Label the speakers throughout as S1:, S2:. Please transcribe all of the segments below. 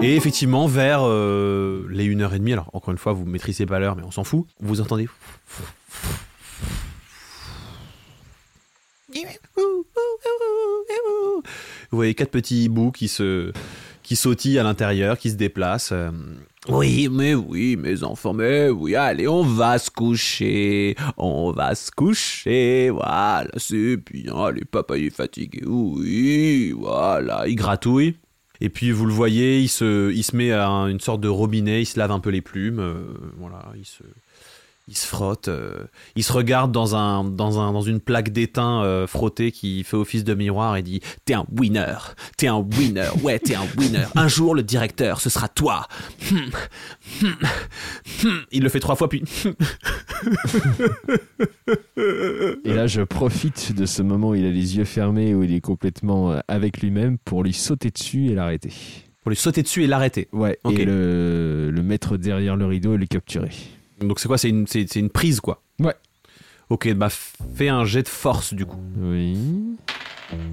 S1: Et effectivement, vers euh, les 1h30, alors encore une fois, vous maîtrisez pas l'heure, mais on s'en fout, vous entendez. Vous voyez quatre petits bouts qui se qui sautillent à l'intérieur, qui se déplacent. euh, Oui, mais oui, mes enfants, mais oui, allez, on va se coucher, on va se coucher, voilà, c'est bien, allez, papa il est fatigué, oui, voilà, il gratouille. Et puis vous le voyez, il se, il se met à un- une sorte de robinet, il se lave un peu les plumes, euh, voilà, il se, il se frotte, euh, il se regarde dans, un, dans, un, dans une plaque d'étain euh, frottée qui fait office de miroir et dit T'es un winner, t'es un winner, ouais, t'es un winner. Un jour, le directeur, ce sera toi. Hum, hum, hum. Il le fait trois fois, puis
S2: Et là, je profite de ce moment où il a les yeux fermés, où il est complètement euh, avec lui-même, pour lui sauter dessus et l'arrêter.
S1: pour lui sauter dessus et l'arrêter.
S2: Ouais,
S1: Ok.
S2: et le, le mettre derrière le rideau et le capturer.
S1: Donc c'est quoi C'est une, c'est- c'est une prise, quoi.
S2: Ouais.
S1: Ok, bah fais un jet de force, du coup.
S2: Oui.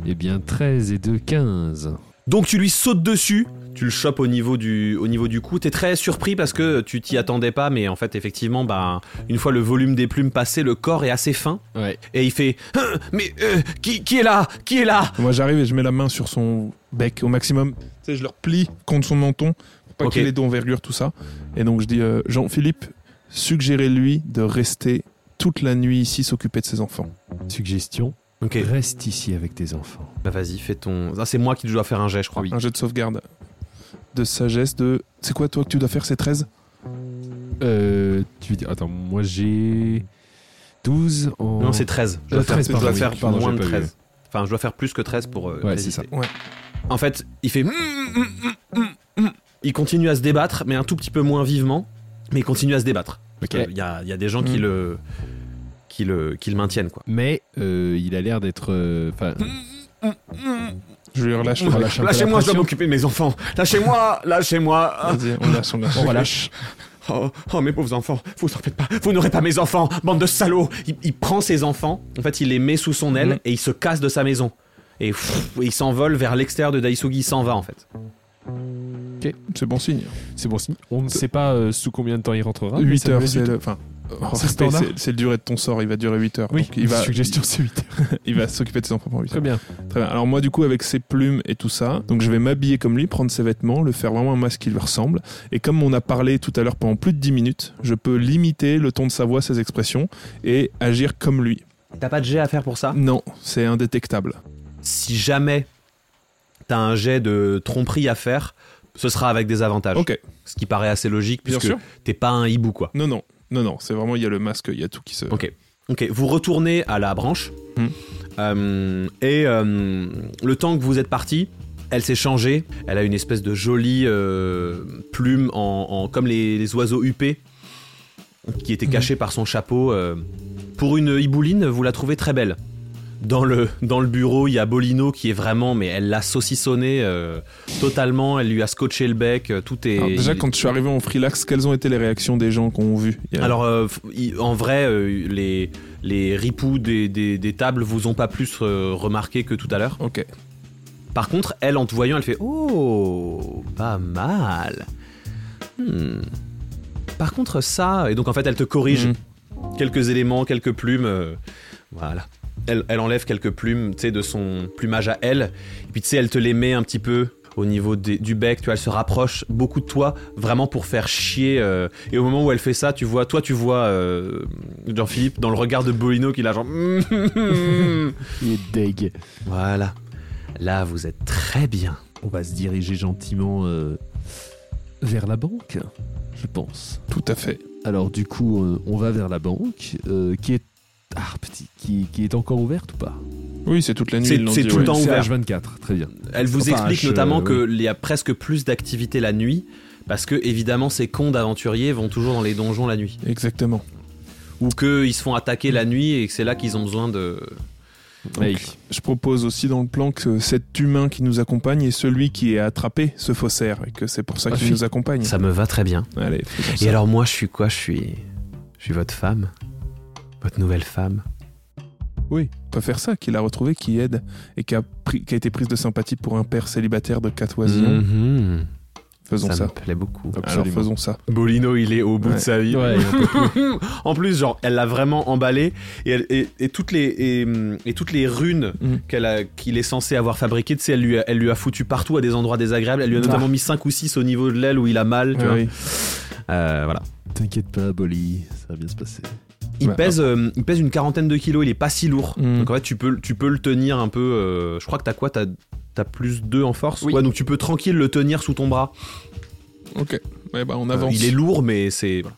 S2: Eh bien, 13 et 2, 15.
S1: Donc tu lui sautes dessus, tu le chopes au niveau du, au niveau du cou. T'es très surpris parce que tu t'y attendais pas, mais en fait effectivement, bah, une fois le volume des plumes passé, le corps est assez fin
S2: Ouais.
S1: et il fait Hein, mais euh, qui, qui est là Qui est là
S3: Moi, j'arrive et je mets la main sur son bec au maximum. Tu sais, je le replie contre son menton pour pas
S1: Ok.
S3: qu'il ait d'envergure, tout ça. Et donc, je dis euh, Jean-Philippe, suggérez-lui de rester toute la nuit ici s'occuper de ses enfants.
S2: Suggestion
S1: Ok.
S2: reste ici avec tes enfants.
S1: Bah vas-y, fais ton. Ah, c'est moi qui dois faire un jet, je crois.
S3: Un jet de sauvegarde de sagesse de. C'est quoi, toi, que tu dois faire C'est 13
S2: Euh, tu veux dire- Attends, moi j'ai 12 en.
S1: Non, c'est 13. Je dois
S2: Euh,
S1: faire,
S2: 13,
S1: je dois
S2: pardon,
S1: faire
S2: oui, pardon,
S1: moins
S2: j'ai
S1: de
S2: pas vu.
S1: 13. Enfin, je dois faire plus que 13 pour. euh,
S2: Ouais, c'est
S1: résister.
S2: ça.
S3: Ouais.
S1: En fait, il fait. mm, Il continue à se débattre, mais un tout petit peu moins vivement, mais il continue à se débattre.
S2: Ok.
S1: Il y, a, il y a des gens qui
S3: Mm.
S1: le. Qui le, qui le maintiennent quoi.
S2: Mais euh, il a l'air d'être. euh, Enfin,
S3: Je lui relâche le
S2: On
S3: bec.
S2: relâche un peu
S1: Lâchez-moi,
S2: la
S1: je dois
S2: pression.
S1: m'occuper de mes enfants. Lâchez-moi, lâchez-moi. Ah,
S3: Vas-y, on relâche, on relâche.
S2: on relâche.
S1: Oh, oh, mes pauvres enfants, vous en faites pas, vous n'aurez pas mes enfants, bande de salauds il, il prend ses enfants, en fait il les met sous son aile
S3: Mhm.
S1: et il se casse de sa maison. Et pff, il s'envole vers l'extérieur de Daisugi, il s'en va en fait.
S3: Ok, c'est bon signe.
S2: C'est bon signe. On ne sait pas euh, sous combien de temps il rentrera.
S3: 8 heures,
S2: c'est
S3: c'est le. Enfin. en
S2: C'est
S3: respect,
S2: standard.
S3: c'est c'est le durée de ton sort, il va durer 8 heures.
S2: Oui,
S3: Donc, il va,
S2: suggestion c'est 8 heures.
S3: il va s'occuper de ses enfants pendant 8
S2: Très
S3: heures.
S2: bien.
S3: Très bien. Alors moi du coup avec ses plumes et tout ça, donc je vais m'habiller comme lui, prendre ses vêtements, le faire vraiment un masque qui lui ressemble. Et comme on a parlé tout à l'heure pendant plus de 10 minutes, je peux limiter le ton de sa voix, ses expressions et agir comme lui.
S1: T'as pas de jet à faire pour ça
S3: Non, c'est indétectable.
S1: Si jamais t'as un jet de tromperie à faire, ce sera avec des avantages.
S3: Ok,
S1: Ce qui paraît assez logique
S3: bien
S1: puisque
S3: sûr.
S1: t'es pas un hibou quoi.
S3: Non, non, non, non, c'est vraiment, il y a le masque, il y a tout qui se...
S1: Ok. Ok, vous retournez à la branche.
S3: Hmm.
S1: Euh, et euh, le temps que vous êtes parti, elle s'est changée. Elle a une espèce de jolie euh, plume, en, en- comme les, les oiseaux huppés, qui
S3: Hmm.
S1: était cachée par son chapeau. euh. Pour une hibouline, vous la trouvez très belle. Dans le, dans le bureau, il y a Bolino qui est vraiment, mais elle l'a saucissonné euh, totalement. Elle lui a scotché le bec. euh, Tout est.
S3: Alors, Ah, déjà
S1: il-
S3: quand je suis arrivé en Freelax, quelles ont été les réactions des gens qu'on vu Il y a-
S1: alors, euh, f- i- en vrai, euh, les, les ripoux des, des- des tables vous ont pas plus euh, remarqué que tout à l'heure.
S3: Ok,
S1: Par contre, elle, en te voyant, elle fait Oh, pas mal. Hmm. Par contre, ça. Et donc, en fait, elle te corrige
S3: Mhm.
S1: quelques éléments, quelques plumes. euh, voilà. Elle, elle enlève quelques plumes, tu sais, de son plumage à elle. Et puis, tu sais, elle te les met un petit peu au niveau des- du bec. Tu vois, elle se rapproche beaucoup de toi, vraiment pour faire chier. euh. et au moment où elle fait ça, tu vois, toi, tu vois euh, Jean-Philippe dans le regard de Bolino qui a genre.
S2: Il est deg.
S1: voilà. Là, vous êtes très bien.
S2: On va se diriger gentiment euh, vers la banque, je pense.
S3: tout à fait.
S2: Alors du coup, euh, on va vers la banque, euh, qui est ah, petit, qui, qui est encore ouverte ou pas
S3: Oui, c'est toute la nuit,
S1: C'est-
S3: ils l'ont
S1: c'est
S3: dit,
S1: tout le
S3: ouais.
S1: temps.
S2: C'est
S1: ouvert.
S2: H24, très bien.
S1: Elle vous
S2: Enfin,
S1: explique
S2: je-
S1: notamment
S2: oui.
S1: qu'il y a presque plus d'activité la nuit, parce que évidemment ces cons d'aventuriers vont toujours dans les donjons la nuit.
S3: Exactement.
S1: Ou qu'ils se font attaquer la nuit et que c'est là qu'ils ont besoin de...
S2: Hey.
S3: Je propose aussi dans le plan que cet humain qui nous accompagne est celui qui a attrapé ce faussaire et que c'est pour ça
S2: Ah,
S3: qu'il
S2: si.
S3: nous accompagne.
S1: Bah, Mm. Ça me va très bien.
S3: Allez, faisons
S1: Et
S3: ça.
S1: alors moi je suis quoi Je suis... Je suis votre femme Votre nouvelle femme
S3: on peut faire ça, qu'il a retrouvé, qui aide et qui a, pris- qui a été prise de sympathie pour un père célibataire de Catoision.
S1: Mhm.
S3: Faisons ça.
S1: Mmh. me plaît beaucoup.
S3: Alors faisons ça.
S1: Bolino, il est au bout
S3: Ouais.
S1: de sa vie.
S2: Ouais, il en peut plus.
S1: En plus, genre, elle l'a vraiment emballé et, elle- et- et toutes les et, hum, et toutes les runes
S3: Mhm.
S1: qu'elle a- qu'il est censé avoir fabriquées, tu sais, elle lui a, elle lui a foutu partout à des endroits désagréables. Elle lui a
S3: Ah.
S1: notamment mis 5 ou 6 au niveau de l'aile où il a mal. Tu
S3: Ah
S1: vois.
S3: oui.
S1: Euh, voilà.
S2: T'inquiète pas, Bolly, ça va bien se passer.
S1: Il,
S3: Ouais.
S1: pèse, euh, il pèse une quarantaine de kilos. Il est pas si lourd.
S3: Mhm.
S1: Mmh. Donc en fait, tu peux tu peux le tenir un peu. euh, je crois que t'as quoi T'as as plus 2 en force.
S3: Oui.
S1: Ouais, donc tu peux tranquille le tenir sous ton bras.
S3: Ok. Ouais, bah, on
S1: Euh,
S3: avance.
S1: Il est lourd, mais c'est. voilà.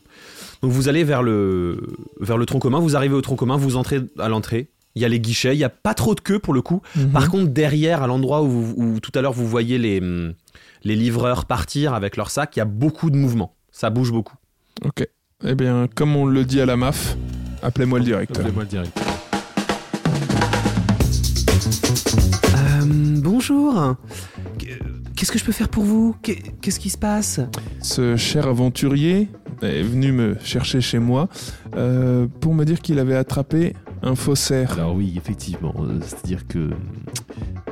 S1: Donc vous allez vers le, vers le tronc commun, vous arrivez au tronc commun, vous entrez à l'entrée. Il y a les guichets, il n'y a pas trop de queue pour le coup.
S3: Mhm.
S1: Par contre, derrière, à l'endroit où, vous- où tout à l'heure vous voyez les, hum, les livreurs partir avec leurs sacs, il y a beaucoup de mouvements. Ça bouge beaucoup.
S3: Ok. Eh bien, comme on le dit à la MAF, appelez-moi le directeur.
S2: Appelez-moi le direct.
S1: Euh, bonjour. Qu'est-ce que je peux faire pour vous Qu'est-ce qui se passe
S3: Ce cher aventurier est venu me chercher chez moi euh, pour me dire qu'il avait attrapé un faussaire.
S2: Alors oui, effectivement, euh, c'est-à-dire que euh,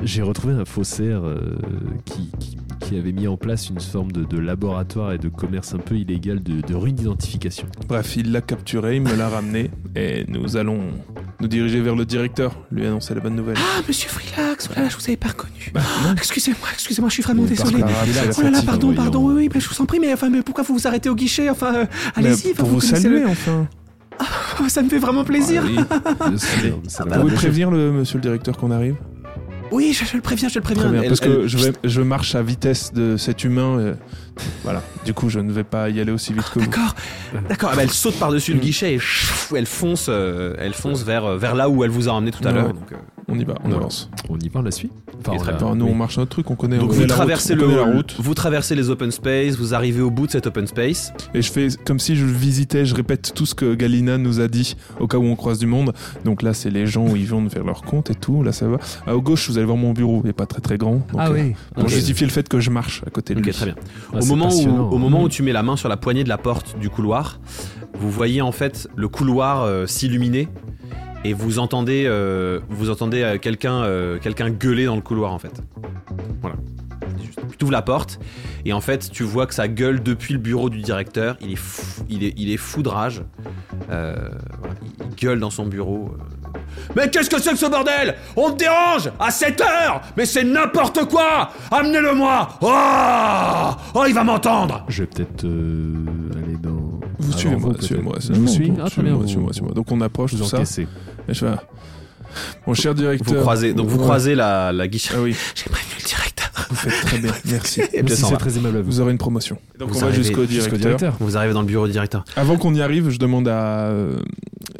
S2: j'ai retrouvé un faussaire euh, qui, qui- qui avait mis en place une forme de, de laboratoire et de commerce un peu illégal de, de runes d'identification.
S3: Bref, il l'a capturé, il me l'a ramené et nous allons nous diriger vers le directeur, lui annoncer la bonne nouvelle.
S1: Ah, monsieur Freelax, voilà, je vous avais pas reconnu. Ah,
S3: Bah, non.
S1: excusez-moi, excusez-moi, je suis vraiment
S2: Mais par
S1: désolé.
S2: contre,
S3: Clara,
S2: il
S3: c'est
S2: a
S3: la
S2: la
S1: Oh là là,
S2: fatigue,
S1: pardon,
S2: voyons.
S1: pardon, oui, oui, bah, je vous en prie, mais, enfin, mais pourquoi vous vous arrêtez au guichet Enfin, euh, allez-y,
S3: Mais
S1: enfin,
S3: pour vous
S1: connaissez
S3: saluer
S1: le-
S3: enfin.
S1: Oh, ça me fait vraiment plaisir.
S3: Ah oui.
S2: Bien sûr,
S1: Bah,
S2: c'est
S3: Vous
S2: la-
S3: pouvez prévenir le monsieur le directeur qu'on arrive
S1: Oui, je, je le préviens, je le préviens.
S3: Très bien,
S1: Elle-
S3: parce que
S1: elle-
S3: je, vais- je marche à vitesse de cet humain. euh, voilà, du coup, je ne vais pas y aller aussi vite que vous.
S1: D'accord, d'accord. Ah bah, elle saute par-dessus le guichet et chou, elle fonce, euh, elle fonce vers, euh, vers là où elle vous a emmené tout à
S3: Ouais.
S1: l'heure. Donc, euh,
S3: On y va, on
S2: Ouais.
S3: avance.
S2: On y parle la suite Enfin,
S1: Et
S2: on
S1: très
S2: a-
S3: Enfin, nous,
S2: oui.
S3: on marche notre truc, on connaît,
S1: Ah, donc
S3: on
S1: vous
S3: connaît la route,
S1: traversez
S3: on
S1: le
S3: connaît la route.
S1: vous traversez les open space, vous arrivez au bout de cet open space.
S3: Et je fais comme si je le visitais, je répète tout ce que Galina nous a dit au cas où on croise du monde. Donc là, c'est les gens où ils vont faire leur compte et tout. Là, ça va. À gauche, vous allez voir mon bureau, il n'est pas très très grand. Donc,
S1: Ah
S3: euh, Pour
S1: Ok.
S3: justifier le fait que je marche à côté de
S1: Ok,
S3: lui.
S1: très bien.
S2: Ah,
S1: au
S2: c'est
S1: moment où,
S2: passionnant,
S1: au
S2: hein.
S1: moment où tu mets la main sur la poignée de la porte du couloir, vous voyez en fait le couloir euh, s'illuminer et vous entendez, euh, vous entendez euh, quelqu'un, euh, quelqu'un gueuler dans le couloir en fait. Voilà. Tu ouvres la porte et en fait tu vois que ça gueule depuis le bureau du directeur. Il est fou, il est, il est fou de rage. Euh, voilà, il- il gueule dans son bureau. euh. Mais qu'est-ce que c'est que ce bordel On te dérange à 7 heures Mais c'est n'importe quoi Amenez-le-moi Oh Oh, il va m'entendre
S2: Je vais peut-être euh, aller dans.
S3: Vous
S1: Ah,
S2: avant,
S3: suivez-moi,
S2: peut-être.
S3: suivez-moi.
S2: Je vous suis Ah, très bien.
S3: Suivez-moi,
S2: vous-
S3: suivez-moi, suivez-moi. Donc on approche,
S2: Vous
S3: tout ça.
S2: encaissez.
S3: Et je fais, ah, Mon cher directeur.
S1: Vous croisez, donc vous
S3: Ouais.
S1: croisez la, la guichette.
S3: Ah oui,
S1: Euh. J'ai prévenu le directeur.
S3: vous faites très bien, merci.
S1: Et puis
S2: Merci,
S1: elle s'en
S2: c'est
S1: va.
S2: très aimable à vous.
S3: Vous aurez une promotion. Et donc
S1: Vous
S3: on va
S1: arrivez
S3: jusqu'au directeur.
S2: Jusqu'au directeur.
S1: Vous arrivez dans le bureau du directeur.
S3: Avant qu'on y arrive, je demande à euh,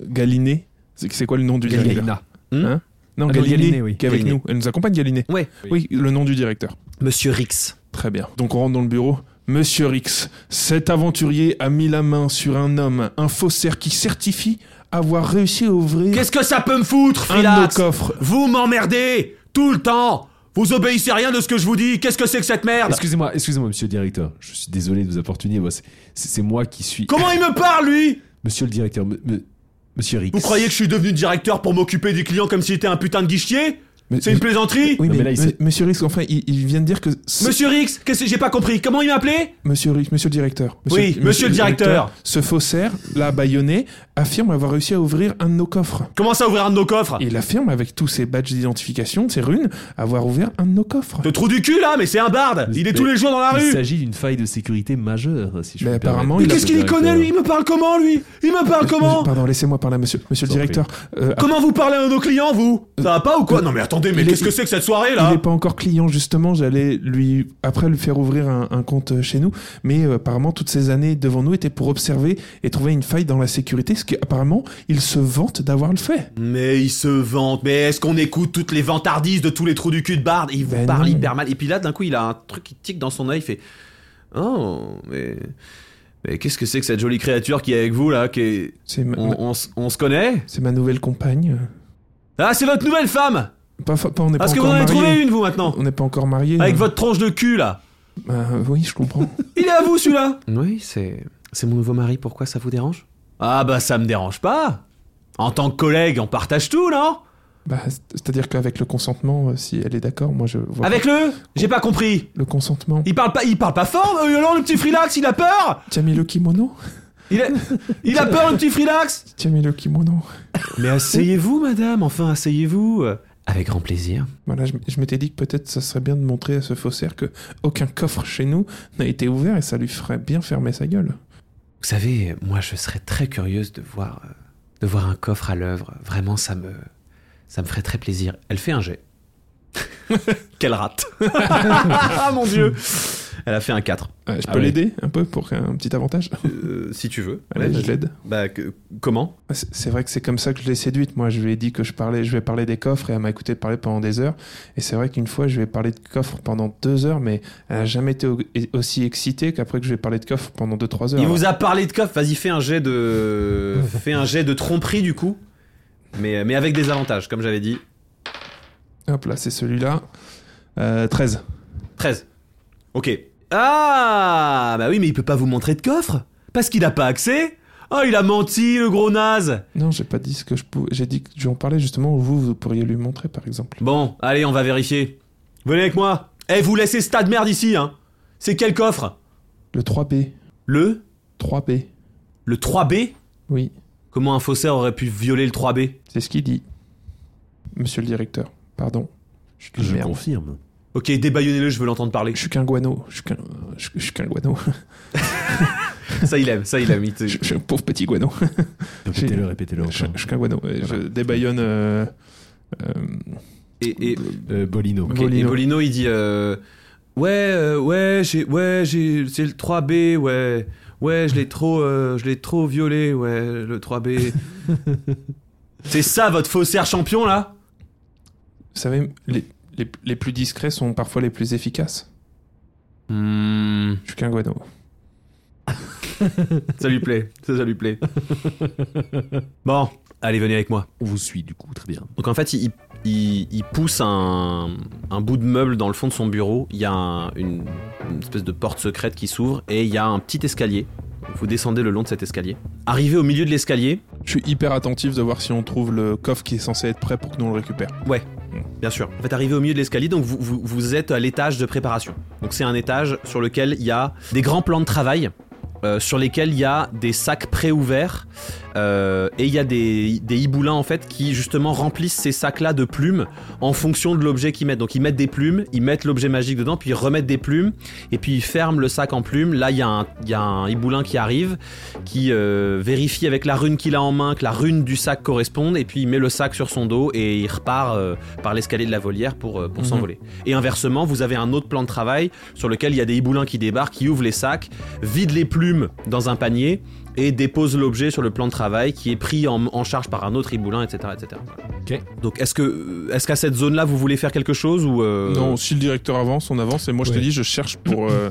S3: Galiné. C'est c'est quoi le nom du
S2: Galina.
S3: directeur Hein Non,
S1: Hmm
S2: Ah non,
S3: Galiné,
S2: Galiné, oui.
S3: qui est avec
S1: Galiné.
S3: nous. Elle nous accompagne, Galiné.
S1: Ouais.
S3: Oui, le nom du directeur.
S1: Monsieur Rix.
S3: Très bien. Donc on rentre dans le bureau. Monsieur Rix, cet aventurier a mis la main sur un homme, un faussaire qui certifie avoir réussi à ouvrir
S1: Qu'est-ce que ça peut me foutre,
S3: un de nos
S1: Frilax
S3: coffres.
S1: Vous m'emmerdez Tout le temps Vous obéissez rien de ce que je vous dis Qu'est-ce que c'est que cette merde
S2: Excusez-moi, excusez-moi, monsieur le directeur. Je suis désolé de vous importuner. Moi, c'est- C'est c'est moi qui suis.
S1: Comment il me parle, lui
S2: Monsieur le directeur, me- me- monsieur Rix.
S1: Vous croyez que je suis devenu directeur pour m'occuper des clients comme si j'étais un putain de guichetier
S3: Mais-
S1: C'est une plaisanterie
S3: Oui,
S2: Non,
S3: mais,
S2: mais là, il
S3: mais-
S2: s'est-
S3: Monsieur Rix, enfin, il, il vient de dire que... ce-
S1: Monsieur Rix, qu'est-ce que j'ai pas compris Comment il m'a appelé
S3: Monsieur Rix, monsieur le directeur.
S1: Oui, monsieur le directeur.
S3: Ce faussaire, là, baïonné, affirme avoir réussi à ouvrir un de nos coffres.
S1: Comment ça ouvrir un de nos coffres
S3: Il affirme avec tous ses badges d'identification, ses runes, avoir ouvert un de nos coffres.
S1: Le trou du cul là, mais c'est un barde Il est
S2: Mais-
S1: tous les jours dans la
S2: Il
S1: rue
S2: s'agit d'une faille de sécurité majeure, si je
S3: Mais
S2: peux me permettre.
S3: apparemment,
S1: Mais
S3: il a-
S1: qu'est-ce qu'il y connaît lui Il me parle comment lui Il me parle comment
S3: Pardon, laissez-moi parler, monsieur, monsieur le
S2: Sorry.
S3: directeur. Euh,
S1: Comment vous parlez à nos clients vous Ça va pas ou quoi
S3: euh,
S1: Non mais attendez, mais
S3: il est-
S1: qu'est-ce que c'est que cette soirée
S3: Il
S1: là
S3: n'est pas encore client, justement. J'allais lui, après, lui faire ouvrir un, un compte chez nous. Mais euh, apparemment, toutes ces années devant nous étaient pour observer et trouver une faille dans la sécurité. Ce qu'apparemment, il se vante d'avoir le fait.
S1: Mais il se vante, mais est-ce qu'on écoute toutes les vantardises de tous les trous du cul de Bard Il vous
S3: Ben
S1: parle
S3: non.
S1: hyper mal. Et puis là, d'un coup, il a un truc qui tique dans son œil, il fait Oh, mais. Mais qu'est-ce que c'est que cette jolie créature qui est avec vous là qui est-
S3: C'est ma,
S1: On,
S3: ma-
S1: on s- on se connaît
S3: c'est ma nouvelle compagne.
S1: Ah, c'est votre nouvelle femme
S3: Pas, fa- pas- on n'est pas
S1: Parce que vous
S3: encore
S1: en avez trouvé
S3: mariés.
S1: une vous maintenant
S3: On n'est pas encore mariés.
S1: Avec
S3: Euh,
S1: votre tronche de cul là
S3: bah, oui, je comprends.
S1: Il est à vous celui-là Oui, c'est. C'est mon nouveau mari, pourquoi ça vous dérange Ah bah ça me dérange pas En tant que collègue, on partage tout, non
S3: Bah, c'est- C'est-à-dire qu'avec le consentement, euh, si elle est d'accord, moi je vois
S1: Avec le J'ai pas compris.
S3: le consentement.
S1: Il parle pas, il parle pas fort, euh, alors, le petit Freelax, il a peur
S3: Tiens mis le kimono
S1: il a, il a peur, le petit Freelax
S3: Tiens mis le kimono.
S1: Mais asseyez-vous, madame, enfin, asseyez-vous. Euh, Avec grand plaisir.
S3: Voilà, je, m- je m'étais dit que peut-être ça serait bien de montrer à ce faussaire que aucun coffre chez nous n'a été ouvert et ça lui ferait bien fermer sa gueule.
S1: Vous savez, moi, je serais très curieuse de voir, euh, de voir un coffre à l'œuvre. Vraiment, ça me, ça me ferait très plaisir. Elle fait un jet. Quelle rate Ah mon dieu Elle a fait un 4.
S3: Euh, je peux
S1: Ah ouais.
S3: l'aider un peu pour un petit avantage
S1: Euh, si tu veux.
S3: Allez,
S1: Vas-y.
S3: je l'aide.
S1: Bah, que- comment
S3: Ah, C'est c'est vrai que c'est comme ça que je l'ai séduite. Moi, je lui ai dit que je parlais, je vais parler des coffres et elle m'a écouté parler pendant des heures. Et c'est vrai qu'une fois, je lui ai parlé de coffres pendant deux heures, mais elle n'a jamais été au- aussi excitée qu'après que je lui ai parlé de coffres pendant deux, trois heures.
S1: Il vous a parlé de coffre. Vas-y, fais un jet de, fais un jet de tromperie du coup, mais mais avec des avantages, comme j'avais dit.
S3: Hop là, c'est celui-là. Euh, 13.
S1: 13. Ok. Ah bah oui, mais il peut pas vous montrer de coffre parce qu'il a pas accès. Oh, il a menti, le gros naze.
S3: Non, j'ai pas dit ce que je pouvais. J'ai dit que je lui en parlais justement. Vous, vous pourriez lui montrer, par exemple.
S1: Bon, allez, on va vérifier. Venez avec moi. Eh, vous laissez ce tas de merde ici, hein. C'est quel coffre
S3: Le 3B.
S1: Le
S3: 3B.
S1: le 3B
S3: Oui,
S1: Comment un faussaire aurait pu violer le 3B
S3: c'est ce qu'il dit. Monsieur le directeur, pardon. Je suis qu'une
S2: Je
S3: merde.
S2: confirme.
S1: Ok, débaillonnez-le, je veux l'entendre parler.
S3: Je suis qu'un guano. Je suis qu'un je- je suis qu'un guano.
S1: Ça, il aime, ça, il aime. il te-
S3: Je je suis un pauvre petit guano.
S2: Répétez-le, répétez-le
S3: Je,
S2: encore.
S3: je suis qu'un guano. Euh, Je débaillonne. euh, euh,
S1: Et, et-
S2: Euh, Bolino.
S1: Ok,
S3: Bolino.
S1: Et Bolino, il dit euh, Ouais, euh, ouais, j'ai, ouais, j'ai, c'est le 3B, ouais, ouais, je l'ai trop, euh, je l'ai trop violé, ouais, le 3B. c'est ça votre faussaire champion là
S3: vous savez, les, les- les plus discrets sont parfois les plus efficaces.
S1: Hmm.
S3: Je suis qu'un guano.
S1: Ça lui plaît, ça, ça lui plaît. bon, allez, venez avec moi.
S2: On vous suit du coup, très bien.
S1: Donc en fait, il, il- il pousse un, un bout de meuble dans le fond de son bureau. Il y a un- une, une espèce de porte secrète qui s'ouvre et il y a un petit escalier. Vous descendez le long de cet escalier. Arrivé au milieu de l'escalier,
S3: Je suis hyper attentif de voir si on trouve le coffre qui est censé être prêt pour que nous on le récupère.
S1: bien sûr. En fait, arrivé au milieu de l'escalier, donc vous, vous- vous êtes à l'étage de préparation. Donc c'est un étage sur lequel il y a des grands plans de travail. euh, sur lesquels il y a des sacs pré-ouverts euh, et il y a des, des hiboulins en fait qui justement remplissent ces sacs-là de plumes en fonction de l'objet qu'ils mettent. Donc ils mettent des plumes, ils mettent l'objet magique dedans, puis ils remettent des plumes, et puis ils ferment le sac en plumes. Là, il y, a un- il y a un hiboulin qui arrive, qui euh, vérifie avec la rune qu'il a en main que la rune du sac corresponde, et puis il met le sac sur son dos et il repart euh, par l'escalier de la volière pour, euh, pour
S3: Mhm.
S1: s'envoler. Et inversement, vous avez un autre plan de travail sur lequel il y a des hiboulins qui débarquent, qui ouvrent les sacs, vident les plumes dans un panier et déposent l'objet sur le plan de travail qui est pris en, en charge par un autre hiboulin, etc. etc. Donc est-ce que est-ce qu'à cette zone-là vous voulez faire quelque chose ou euh,
S3: Non, si le directeur avance, on avance. Et moi, je te
S2: Ouais.
S3: dis, je cherche pour. euh,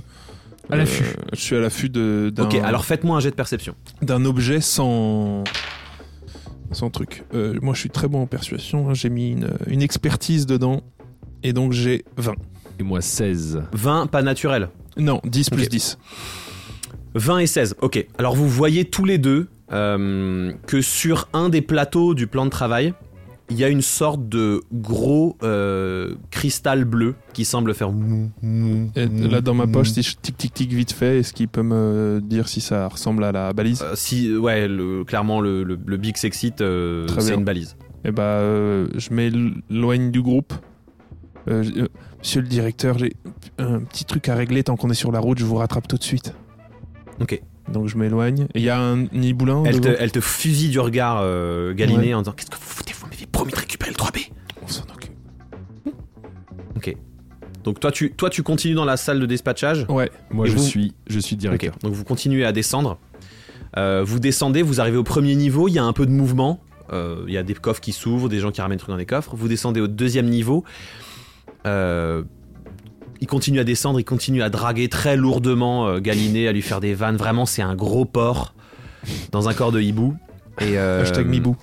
S2: À l'affût.
S3: euh, je suis à l'affût de- d'un
S1: Ok, alors faites-moi un jet de perception.
S3: d'un objet sans. sans truc. Euh, moi, je suis très bon en persuasion. hein. J'ai mis une, une expertise dedans. Et donc, j'ai 20.
S2: Et moi, 16.
S1: 20 pas naturel.
S3: Non, 10 plus
S1: Ok.
S3: 10.
S1: 20 et 16. Ok. Alors vous voyez tous les deux euh, que sur un des plateaux du plan de travail, il y a une sorte de gros euh, cristal bleu qui semble faire
S2: Mm,
S1: mou, mou,
S3: Et
S2: Mmh.
S1: mou,
S3: là, dans ma poche,
S1: mou.
S3: si je tic tic tic vite fait, est-ce qu'il peut me dire si ça ressemble à la balise
S1: Euh, si ouais, le- clairement le, le, le big sexite, euh,
S3: Très
S1: c'est
S3: bien.
S1: une balise.
S3: Eh bah, euh, je m'éloigne du groupe. Euh, je- euh, monsieur le directeur, j'ai un petit truc à régler tant qu'on est sur la route, je vous rattrape tout de suite.
S1: Ok.
S3: Donc je m'éloigne. Il y a un niboulin
S1: Elle te,
S3: devant
S1: elle te fusille du regard euh, galiné en disant qu'est-ce que vous foutez Vous m'avez promis de récupérer le 3B.
S3: On s'en occupe.
S1: Donc toi tu, toi tu continues dans la salle de dispatchage.
S3: Ouais.
S2: Moi,
S1: Et
S2: je,
S1: vous
S2: suis, je suis directeur.
S1: Ok, Donc vous continuez à descendre. Euh, vous descendez, vous arrivez au premier niveau, il y a un peu de mouvement. Euh, Il y a des coffres qui s'ouvrent, des gens qui ramènent des trucs dans les coffres. Vous descendez au deuxième niveau. Euh, il continue à descendre, il continue à draguer très lourdement euh, Galiné, à lui faire des vannes. Vraiment, c'est un gros porc dans un corps de hibou. Et, euh,
S3: Hashtag Mibou.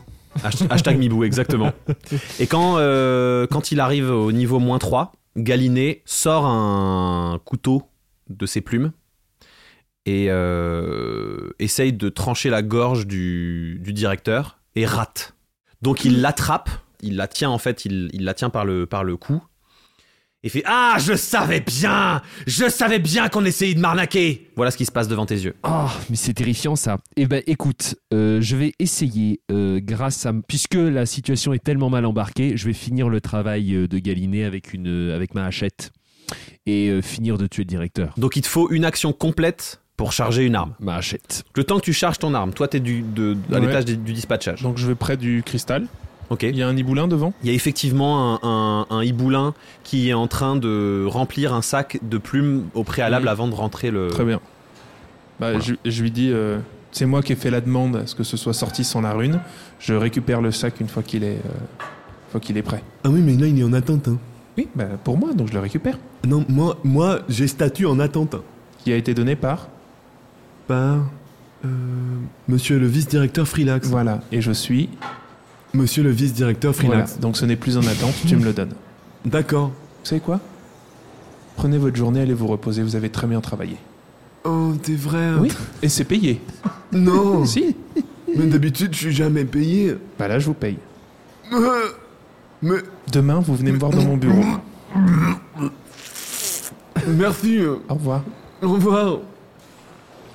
S1: Hasht- Hashtag Mibou, exactement. Et quand, euh, quand il arrive au niveau moins 3, Galiné sort un couteau de ses plumes et euh, essaye de trancher la gorge du, du directeur et rate. Donc il l'attrape, il la tient en fait, il, il la tient par le, par le cou. Et fait Ah, je savais bien Je savais bien qu'on essayait de m'arnaquer Voilà ce qui se passe devant tes yeux.
S2: Ah, mais c'est terrifiant ça. Eh ben, écoute, euh, je vais essayer, euh, grâce à, puisque la situation est tellement mal embarquée, je vais finir le travail euh, de Galiné avec une, euh, avec ma hachette et euh, finir de tuer le directeur.
S1: Donc il te faut une action complète pour charger une arme.
S2: Ma hachette.
S1: Le temps que tu charges ton arme, toi t'es du, de, à
S3: Ouais.
S1: l'étage du, du dispatchage.
S3: Donc je vais près du cristal.
S1: Ok.
S3: Il y a un iboulin devant.
S1: Il y a effectivement un, un- un hiboulin qui est en train de remplir un sac de plumes au préalable
S3: Mhm.
S1: avant de rentrer le.
S3: Très bien. Bah, je, je lui dis, euh, c'est moi qui ai fait la demande à ce que ce soit sorti sans la rune. Je récupère le sac une fois qu'il est, euh, une fois qu'il est prêt.
S4: Ah oui, mais là, il est en attente. hein.
S3: Oui, bah, pour moi, donc je le récupère.
S4: Non, moi, moi j'ai statut en attente. hein,
S3: Qui a été donné par.
S4: Par. euh, monsieur le vice-directeur Freelax.
S3: Voilà. Et je suis.
S4: Monsieur le vice-directeur
S3: Voilà.
S4: Freelax.
S3: Donc ce n'est plus en attente, tu me le donnes.
S4: D'accord.
S3: Vous savez quoi Prenez votre journée, allez vous reposer, vous avez très bien travaillé.
S4: Oh, t'es vrai. hein.
S3: Oui, et c'est payé.
S4: Non.
S3: si
S4: mais d'habitude, je suis jamais payé.
S3: Bah là, je vous paye.
S4: Euh, Mais
S3: Demain, vous venez me voir dans mon bureau.
S4: merci. euh,
S3: Au revoir.
S4: Au revoir.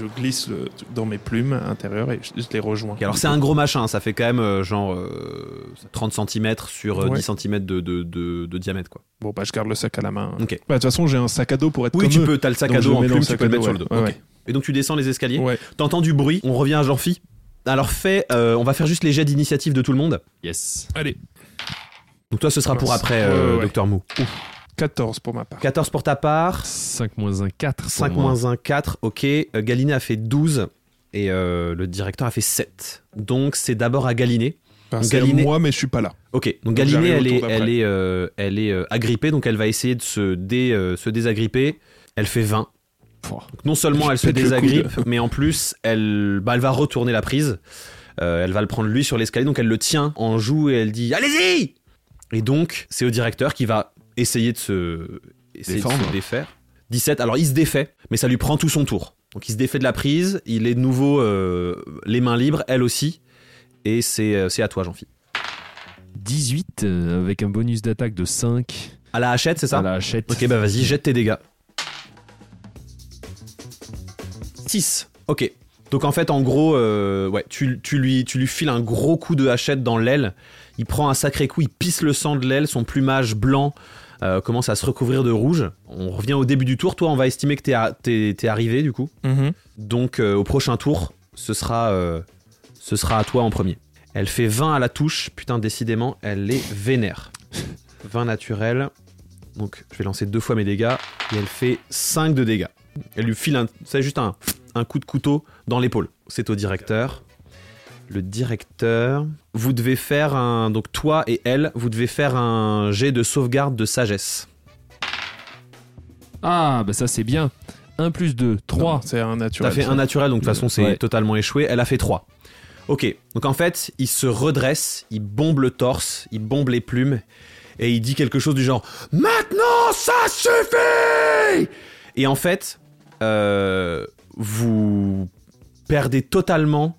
S3: Je glisse le, dans mes plumes intérieures et je, je les rejoins.
S1: Ok, alors c'est un gros machin, ça fait quand même euh, genre euh, 30 cm sur euh,
S3: Ouais.
S1: 10 cm de, de- de- de diamètre quoi.
S3: Bon, bah je garde le sac à la main.
S1: Ok.
S3: Bah, de toute façon, j'ai un sac à dos pour être
S1: Oui,
S3: comme
S1: tu
S3: eux.
S1: peux, t'as le sac
S3: Donc,
S1: à
S3: je
S1: dos en
S3: mets dans
S1: plume,
S3: le
S1: tu
S3: sac
S1: peux le
S3: à
S1: mettre sur le
S3: dos,
S1: dos.
S3: ouais. Ouais,
S1: Ok. Et donc tu descends les escaliers,
S3: ouais.
S1: t'entends du bruit, on revient à Jean-Phi. Alors fais, euh, on va faire juste les jets d'initiative de tout le monde.
S2: Yes.
S3: Allez,
S1: Donc toi ce sera pour
S3: Ouais,
S1: après,
S3: ouais,
S1: euh,
S3: ouais.
S1: Docteur Mou.
S3: 14 pour ma part.
S1: 14 pour ta part,
S2: 5 moins 1, 4. pour
S1: 5
S2: moi.
S1: moins 1, 4, ok. Euh, Galiné a fait 12 et euh, le directeur a fait 7. Donc c'est d'abord à Galiné.
S3: Enfin, c'est à
S1: Galiné-
S3: moi, mais je suis pas là.
S1: Ok, donc,
S3: Donc,
S1: Galinée,
S3: j'arrive au
S1: elle
S3: tour
S1: est,
S3: d'après.
S1: elle est, euh, elle est euh, agrippée, donc elle va essayer de se, dé, euh, se désagripper. Elle fait 20.
S2: Pouah.
S1: Donc, non seulement
S3: Je
S1: elle se
S3: pète le
S1: désagrippe, mais en plus, elle, bah, elle va retourner la prise. Euh, elle va le prendre lui sur l'escalier, donc elle le tient en joue et elle dit Allez-y Et donc, c'est au directeur qui va essayer de se, essayer de se
S2: Défendre.
S1: défaire. 17, alors il se défait, mais ça lui prend tout son tour. Donc il se défait de la prise, il est de nouveau euh, les mains libres, elle aussi. Et c'est euh, c'est à toi, Jean-Phi.
S2: 18 euh, avec un bonus d'attaque de 5.
S1: À la hachette, c'est ça
S2: à la hachette.
S1: Ok, bah vas-y, jette tes dégâts. 6. Ok. Donc en fait, en gros, euh, ouais, tu, tu lui, tu lui files un gros coup de hachette dans l'aile. Il prend un sacré coup, il pisse le sang de l'aile, son plumage blanc euh, commence à se recouvrir de rouge. On revient au début du tour. Toi, on va estimer que t'es à- t'es t'es arrivé du coup. Donc euh, au prochain tour, ce sera, euh, ce sera à toi en premier. Elle fait 20 à la touche, putain décidément, elle les vénère. 20 naturel, donc je vais lancer deux fois mes dégâts, et elle fait 5 de dégâts. Elle lui file un, c'est juste un, un coup de couteau dans l'épaule. C'est au directeur. Le directeur, vous devez faire un, donc toi et elle, vous devez faire un jet de sauvegarde de sagesse.
S2: Ah, bah ça c'est bien. 1 plus 2, 3.
S3: Non, C'est un
S1: T'as
S3: naturel.
S1: fait un naturel, donc de toute façon, c'est
S2: Ouais.
S1: totalement échoué. Elle a fait 3. Ok, donc en fait, il se redresse, il bombe le torse, il bombe les plumes, et il dit quelque chose du genre Maintenant, ça suffit Et en fait, euh, vous perdez totalement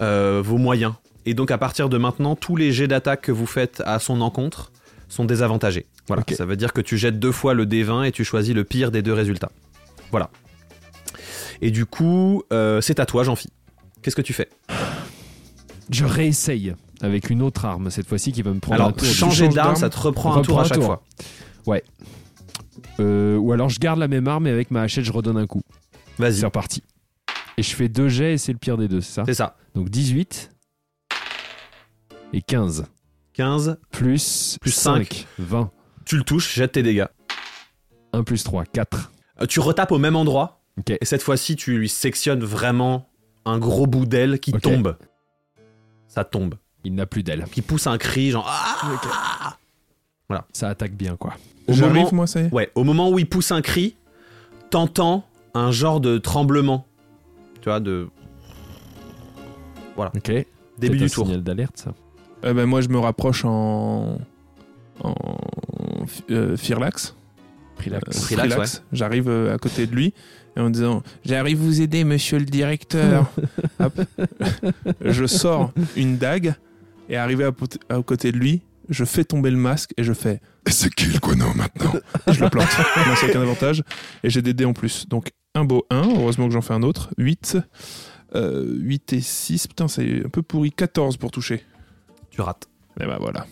S1: euh, vos moyens. Et donc, à partir de maintenant, tous les jets d'attaque que vous faites à son encontre sont désavantagés. Voilà,
S3: Ok.
S1: ça veut dire que tu jettes deux fois le D20 et tu choisis le pire des deux résultats. Voilà. Et du coup, euh, c'est à toi, Jean-Phi. Qu'est-ce que tu fais
S2: Je réessaye avec une autre arme cette fois-ci qui va me prendre un
S1: Alors,
S2: tour.
S3: tu
S1: changer
S3: changes
S1: d'arme,
S3: d'arme,
S1: ça te reprend
S2: on
S1: un tour
S2: reprend
S1: à
S2: un
S1: chaque
S2: tour.
S1: fois.
S2: Euh, ou alors je garde la même arme et avec ma hachette je redonne un coup.
S1: Vas-y,
S2: C'est reparti. Et je fais deux jets et c'est le pire des deux, c'est ça
S1: c'est ça.
S2: Donc 18 et 15.
S1: 15,
S2: Plus,
S1: Plus
S2: 5, 20.
S1: tu le touches, jette tes dégâts.
S2: 1 plus 3, 4.
S1: Euh, Tu retapes au même endroit,
S2: Ok.
S1: et cette fois-ci, tu lui sectionnes vraiment un gros bout d'aile qui
S2: Ok.
S1: tombe. Ça tombe.
S2: Il n'a plus d'aile.
S1: Qui pousse un cri, genre. Ah
S2: Ça attaque bien quoi.
S1: Au
S3: J'arrive,
S1: moment-
S3: moi, ça y est.
S1: Ouais, au moment où il pousse un cri, t'entends un genre de tremblement. Tu vois, de
S2: Ok.
S1: début
S2: C'est un
S1: du tour.
S2: signal d'alerte ça.
S3: Eh ben, moi, je me rapproche en. en. euh, Firlax.
S2: Prilax.
S3: Euh,
S1: Freelax,
S3: J'arrive euh, à côté de lui et en disant J'arrive vous aider, monsieur le directeur. Hop. Je sors une dague et arrivé à, pot- à côté de lui, je fais tomber le masque et je fais « C'est qui le guano maintenant ?» Et Je le plante. Non, c'est aucun avantage. Et j'ai des dés en plus. Donc un beau 1, heureusement que j'en fais un autre. 8. 8 et 6, putain c'est un peu pourri. 14 pour toucher.
S1: Tu rates.
S3: Et ben voilà.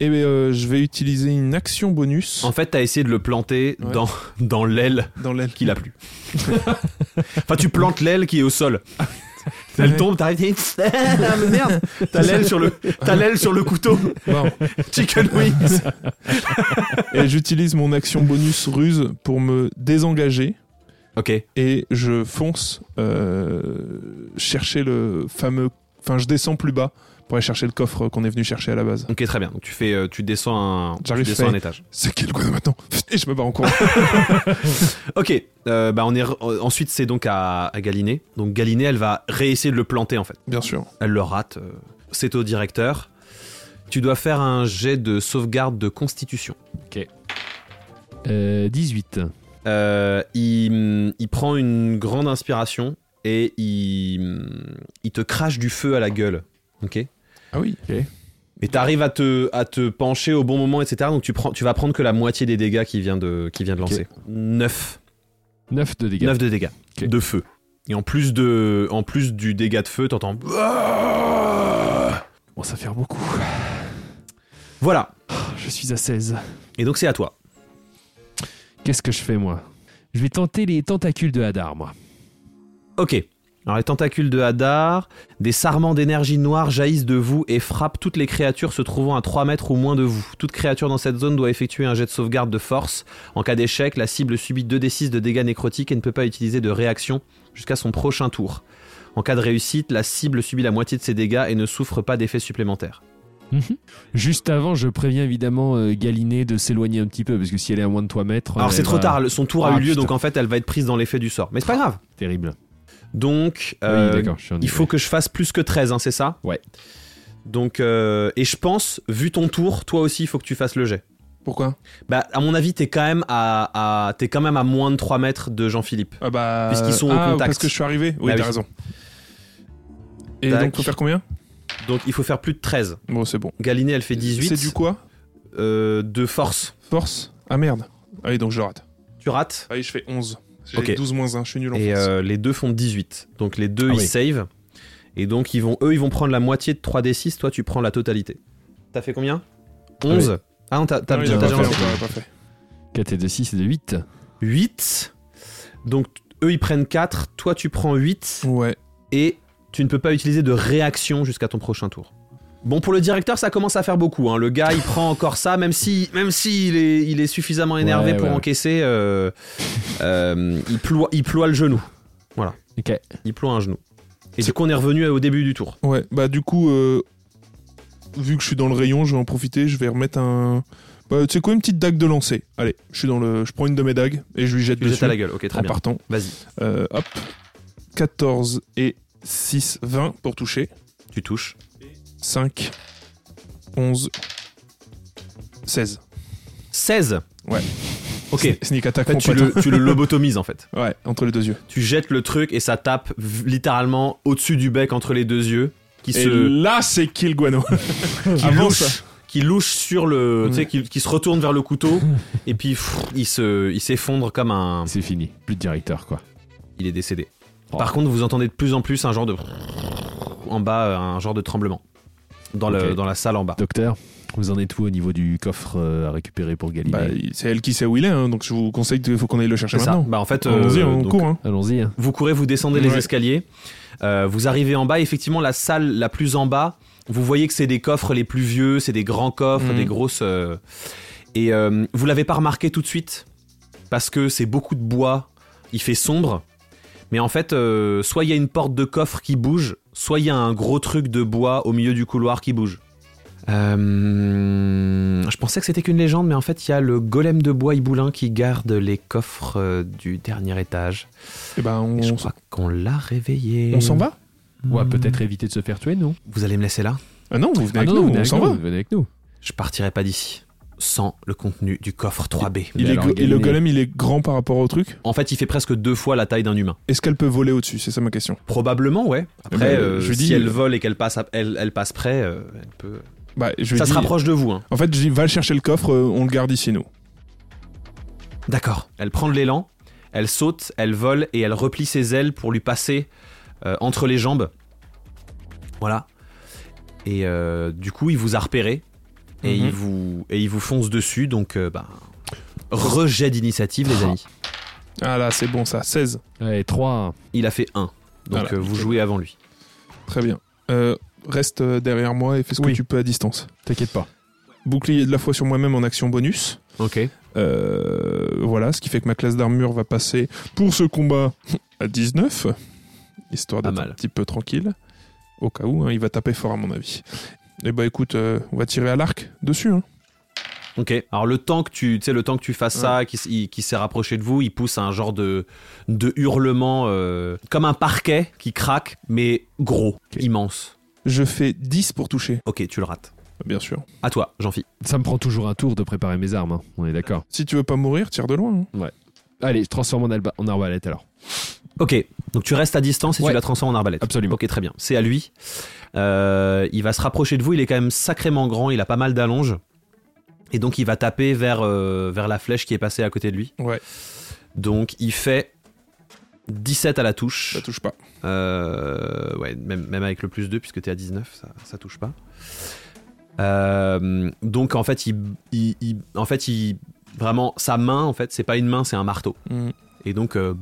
S3: Et ben, euh, je vais utiliser une action bonus
S1: En fait, t'as essayé de le planter
S3: Ouais.
S1: dans, dans l'aile
S3: dans l'aile.
S1: qu'il a plus. enfin, tu plantes l'aile qui est au sol. Elle
S3: Ouais.
S1: tombe, t'arrives. Ah, mais merde T'as l'aile sur, le... t'as l'aile sur le couteau.
S3: Wow.
S1: Chicken wings
S3: Et j'utilise mon action bonus ruse pour me désengager
S1: Ok.
S3: et je fonce euh, chercher le fameux. Enfin, je descends plus bas pour aller chercher le coffre qu'on est venu chercher à la base.
S1: Ok, très bien. Donc tu fais, euh, tu descends un, tu
S3: J'arrive,
S1: descends
S3: je fais-
S1: un étage.
S3: C'est qui le guano maintenant Et je me barre en courant.
S1: Ok. euh, bah on est re- euh, ensuite c'est donc à, à Galinée. Donc Galinée, elle va réessayer de le planter en fait.
S3: Bien sûr.
S1: Elle le rate. euh. C'est au directeur. Tu dois faire un jet de sauvegarde de constitution.
S2: Euh, 18.
S1: Euh, il, il prend une grande inspiration et il, il te crache du feu à la gueule. Ok.
S3: Ah oui.
S1: Mais t'arrives à te, à te pencher au bon moment, etc. Donc tu, prends, tu vas prendre que la moitié des dégâts qu'il vient de, qu'il vient de lancer. 9.
S2: 9 de dégâts.
S1: 9 de dégâts.
S2: Ok.
S1: De feu. Et en plus, de, en plus du dégât de feu, t'entends.
S2: Bon, Oh, ça fait beaucoup.
S1: Voilà.
S2: Je suis à 16.
S1: Et donc c'est à toi.
S2: Qu'est-ce que je fais, moi Je vais tenter les tentacules de Hadar, moi.
S1: Ok. Alors les tentacules de Hadar, des sarments d'énergie noire jaillissent de vous et frappent toutes les créatures se trouvant à 3 mètres ou moins de vous. Toute créature dans cette zone doit effectuer un jet de sauvegarde de force. En cas d'échec, la cible subit 2d6 de dégâts nécrotiques et ne peut pas utiliser de réaction jusqu'à son prochain tour. En cas de réussite, la cible subit la moitié de ses dégâts et ne souffre pas d'effets supplémentaires.
S2: Juste avant, je préviens évidemment euh, Galinée de s'éloigner un petit peu, parce que si elle est à moins de 3 mètres. euh,
S1: Alors
S2: elle
S1: c'est trop
S2: va-
S1: tard, le- son tour a
S2: Ah,
S1: eu lieu,
S2: putain.
S1: donc en fait elle va être prise dans l'effet du sort. Mais c'est pas grave.
S2: Terrible. Ah
S1: Donc, euh,
S2: oui, d'accord, je suis en
S1: il faut que je fasse plus que 13, hein, c'est ça
S2: Ouais.
S1: Donc, euh, et je pense, vu ton tour, toi aussi, il faut que tu fasses le jet.
S3: Pourquoi
S1: Bah, à mon avis, t'es quand même à, à- t'es quand même à moins de 3 mètres de Jean-Philippe.
S3: Ah bah.
S1: Puisqu'ils sont au
S3: ah,
S1: contact.
S3: Parce que je suis arrivé. Oui,
S1: Bah
S3: t'as
S1: oui.
S3: raison. Et
S1: Tac.
S3: donc, faut faire combien
S1: Donc, il faut faire plus de 13.
S3: Bon, c'est bon.
S1: Galinée, elle fait 18
S3: C'est du quoi
S1: euh, de force.
S3: Force Ah merde. Ah oui, donc je rate.
S1: Tu rates.
S3: Ah oui, je fais 11. J'ai
S1: Ok.
S3: 12 moins 1, je suis nul en
S1: Et
S3: force.
S1: euh, les deux font 18. Donc, les deux,
S2: Ah
S1: ils
S2: oui.
S1: save. Et donc, ils vont, eux, ils vont prendre la moitié de 3d6. Toi, tu prends la totalité. T'as fait combien 11 Ah non, t'as t'as-
S3: Non, il
S1: t'as
S3: a pas
S1: déjà
S3: fait,
S1: lancé.
S3: on l'a pas fait.
S2: 4 et 2, 6 et de 8.
S1: 8. Donc t- eux ils prennent 4, toi tu prends 8
S3: Ouais.
S1: et tu ne peux pas utiliser de réaction jusqu'à ton prochain tour. Bon pour le directeur ça commence à faire beaucoup. hein. Le gars il prend encore ça même si même s'il est, il est suffisamment énervé
S2: Ouais,
S1: pour
S2: ouais.
S1: encaisser, euh, euh, il, ploie, il ploie le genou. Voilà.
S2: Ok.
S1: Il ploie un genou. Et du coup on est revenu au début du tour.
S3: Ouais, bah du coup, euh, vu que je suis dans le rayon, je vais en profiter, je vais remettre un... Bah, tu sais quoi, une petite dague de lancer. Allez, je suis dans le... Je prends une de mes dagues et je lui jette
S1: Tu le
S3: dessus
S1: jettes à la gueule, ok très
S3: en
S1: bien.
S3: partant.
S1: Vas-y,
S3: Euh, hop, 14 et 6, 20 pour toucher.
S1: tu touches.
S3: 5, 11, 16.
S1: 16
S3: Ouais.
S1: Ok.
S3: Sne- Sneak attack,
S1: En fait,
S3: mon
S1: tu
S3: pote.
S1: le- tu le lobotomises en fait.
S3: Ouais, entre les deux yeux.
S1: tu jettes le truc et ça tape v- littéralement au-dessus du bec entre les deux yeux qui
S3: Et
S1: se
S3: là, c'est kill Guano.
S1: qui
S3: avant
S1: louche
S3: ça.
S1: qui louche sur le tu sais
S3: Ouais.
S1: qui, qui se retourne vers le couteau et puis pff, il se il s'effondre comme un
S2: C'est fini. Plus de directeur, quoi.
S1: il est décédé.
S2: Oh.
S1: Par contre, vous entendez de plus en plus un genre de en bas euh, un genre de tremblement dans le
S2: Ok.
S1: dans la salle en bas.
S2: Docteur, vous en êtes où au niveau du coffre euh, à récupérer pour Galinée
S3: Bah, il- c'est elle qui sait où il est, hein, donc je vous conseille qu'il faut qu'on aille le chercher
S1: C'est ça.
S3: maintenant.
S1: Bah en fait
S3: Allons-y,
S1: euh,
S3: on
S1: donc,
S3: court. Hein.
S2: Allons-y. hein.
S1: Vous courez, vous descendez les
S3: Ouais.
S1: escaliers, euh, vous arrivez en bas, et effectivement la salle la plus en bas, vous voyez que c'est des coffres les plus vieux, c'est des grands coffres,
S3: Mhm.
S1: des grosses... euh, et euh, vous l'avez pas remarqué tout de suite, parce que c'est beaucoup de bois, il fait sombre, mais en fait, euh, soit il y a une porte de coffre qui bouge, soit il y a un gros truc de bois au milieu du couloir qui bouge. Euh, je pensais que c'était qu'une légende, mais en fait, il y a le golem de bois Iboulin qui garde les coffres euh, du dernier étage.
S3: Et bah, on,
S1: Et je
S3: on
S1: crois qu'on l'a réveillé.
S3: s'en va
S1: Mm.
S3: Hmm.
S2: Ouais, peut-être éviter de se faire tuer, non
S1: Vous allez me laisser là
S3: Ah non, vous venez
S2: Ah
S3: avec
S2: non, non,
S3: nous,
S2: venez
S3: on
S2: avec
S3: s'en
S2: nous,
S3: va.
S2: venez avec nous.
S1: Je partirai pas d'ici sans le contenu du coffre 3B.
S3: Il
S2: Mais
S3: est
S2: alors,
S3: glo- et le
S2: Galinée-
S3: golem, il est grand par rapport au truc.
S1: En fait, il fait presque deux fois la taille d'un humain.
S3: Est-ce qu'elle peut voler au-dessus C'est ça ma question.
S1: Probablement, ouais.
S3: Eh
S1: Après,
S3: ben,
S1: euh,
S3: je
S1: si
S3: dis-
S1: elle vole et qu'elle passe, à- elle, elle passe près, euh, elle peut.
S3: Bah, je lui
S1: Ça
S3: dis-
S1: se rapproche de vous. hein.
S3: En fait, je dis, va chercher le coffre, euh, on le garde ici, nous.
S1: D'accord. Elle prend de l'élan, elle saute, elle vole et elle replie ses ailes pour lui passer euh, entre les jambes. Voilà. Et euh, du coup, il vous a repéré et,
S3: Mhm.
S1: il, vous, et il vous fonce dessus. Donc, euh, bah, rejet d'initiative, les amis.
S3: Ah là, c'est bon ça, 16.
S2: Ouais, 3.
S1: Il a fait 1. Donc,
S3: Voilà,
S1: euh, vous
S3: nickel.
S1: jouez avant lui.
S3: Très bien. Euh, reste euh, derrière moi et fais ce
S2: Oui.
S3: que tu peux à distance.
S2: T'inquiète pas.
S3: Bouclier de la foi sur moi-même en action bonus.
S1: Ok.
S3: Euh, voilà, ce qui fait que ma classe d'armure va passer pour ce combat à 19, histoire
S1: Pas
S3: d'être
S1: mal.
S3: un petit peu tranquille. Au cas où, hein, il va taper fort à mon avis. Et bah écoute, euh, on va tirer à l'arc dessus. hein.
S1: Ok. Alors le temps que tu, tu sais, le temps que tu fasses ça, qui, s- il- qui s'est rapproché de vous, il pousse un genre de, de hurlement, euh, comme un parquet qui craque, mais gros,
S3: Ok.
S1: immense.
S3: Je fais 10 pour toucher,
S1: Ok, tu le rates.
S3: bien sûr.
S1: À toi, jean phi
S2: Ça me prend toujours un tour de préparer mes armes, hein. on est d'accord.
S3: Si tu veux pas mourir, tire de loin. hein.
S2: Allez, je transforme en, alba- en arbalète alors.
S1: Ok. Donc tu restes à distance et
S2: Ouais.
S1: tu la transformes en arbalète.
S2: Absolument.
S1: Ok, très bien. C'est à lui. Euh, il va se rapprocher de vous. Il est quand même sacrément grand. Il a pas mal d'allonges. Et donc il va taper vers, euh, vers la flèche qui est passée à côté de lui.
S3: Ouais,
S1: Donc il fait 17 à la touche.
S3: ça touche pas.
S1: Euh, ouais, même, même avec le plus 2, puisque t'es à 19, ça, ça touche pas. Euh, donc en fait, il, il- il- en fait, il, vraiment, sa main, en fait, c'est pas une main, c'est un marteau.
S3: Mhm.
S1: Et donc, euh,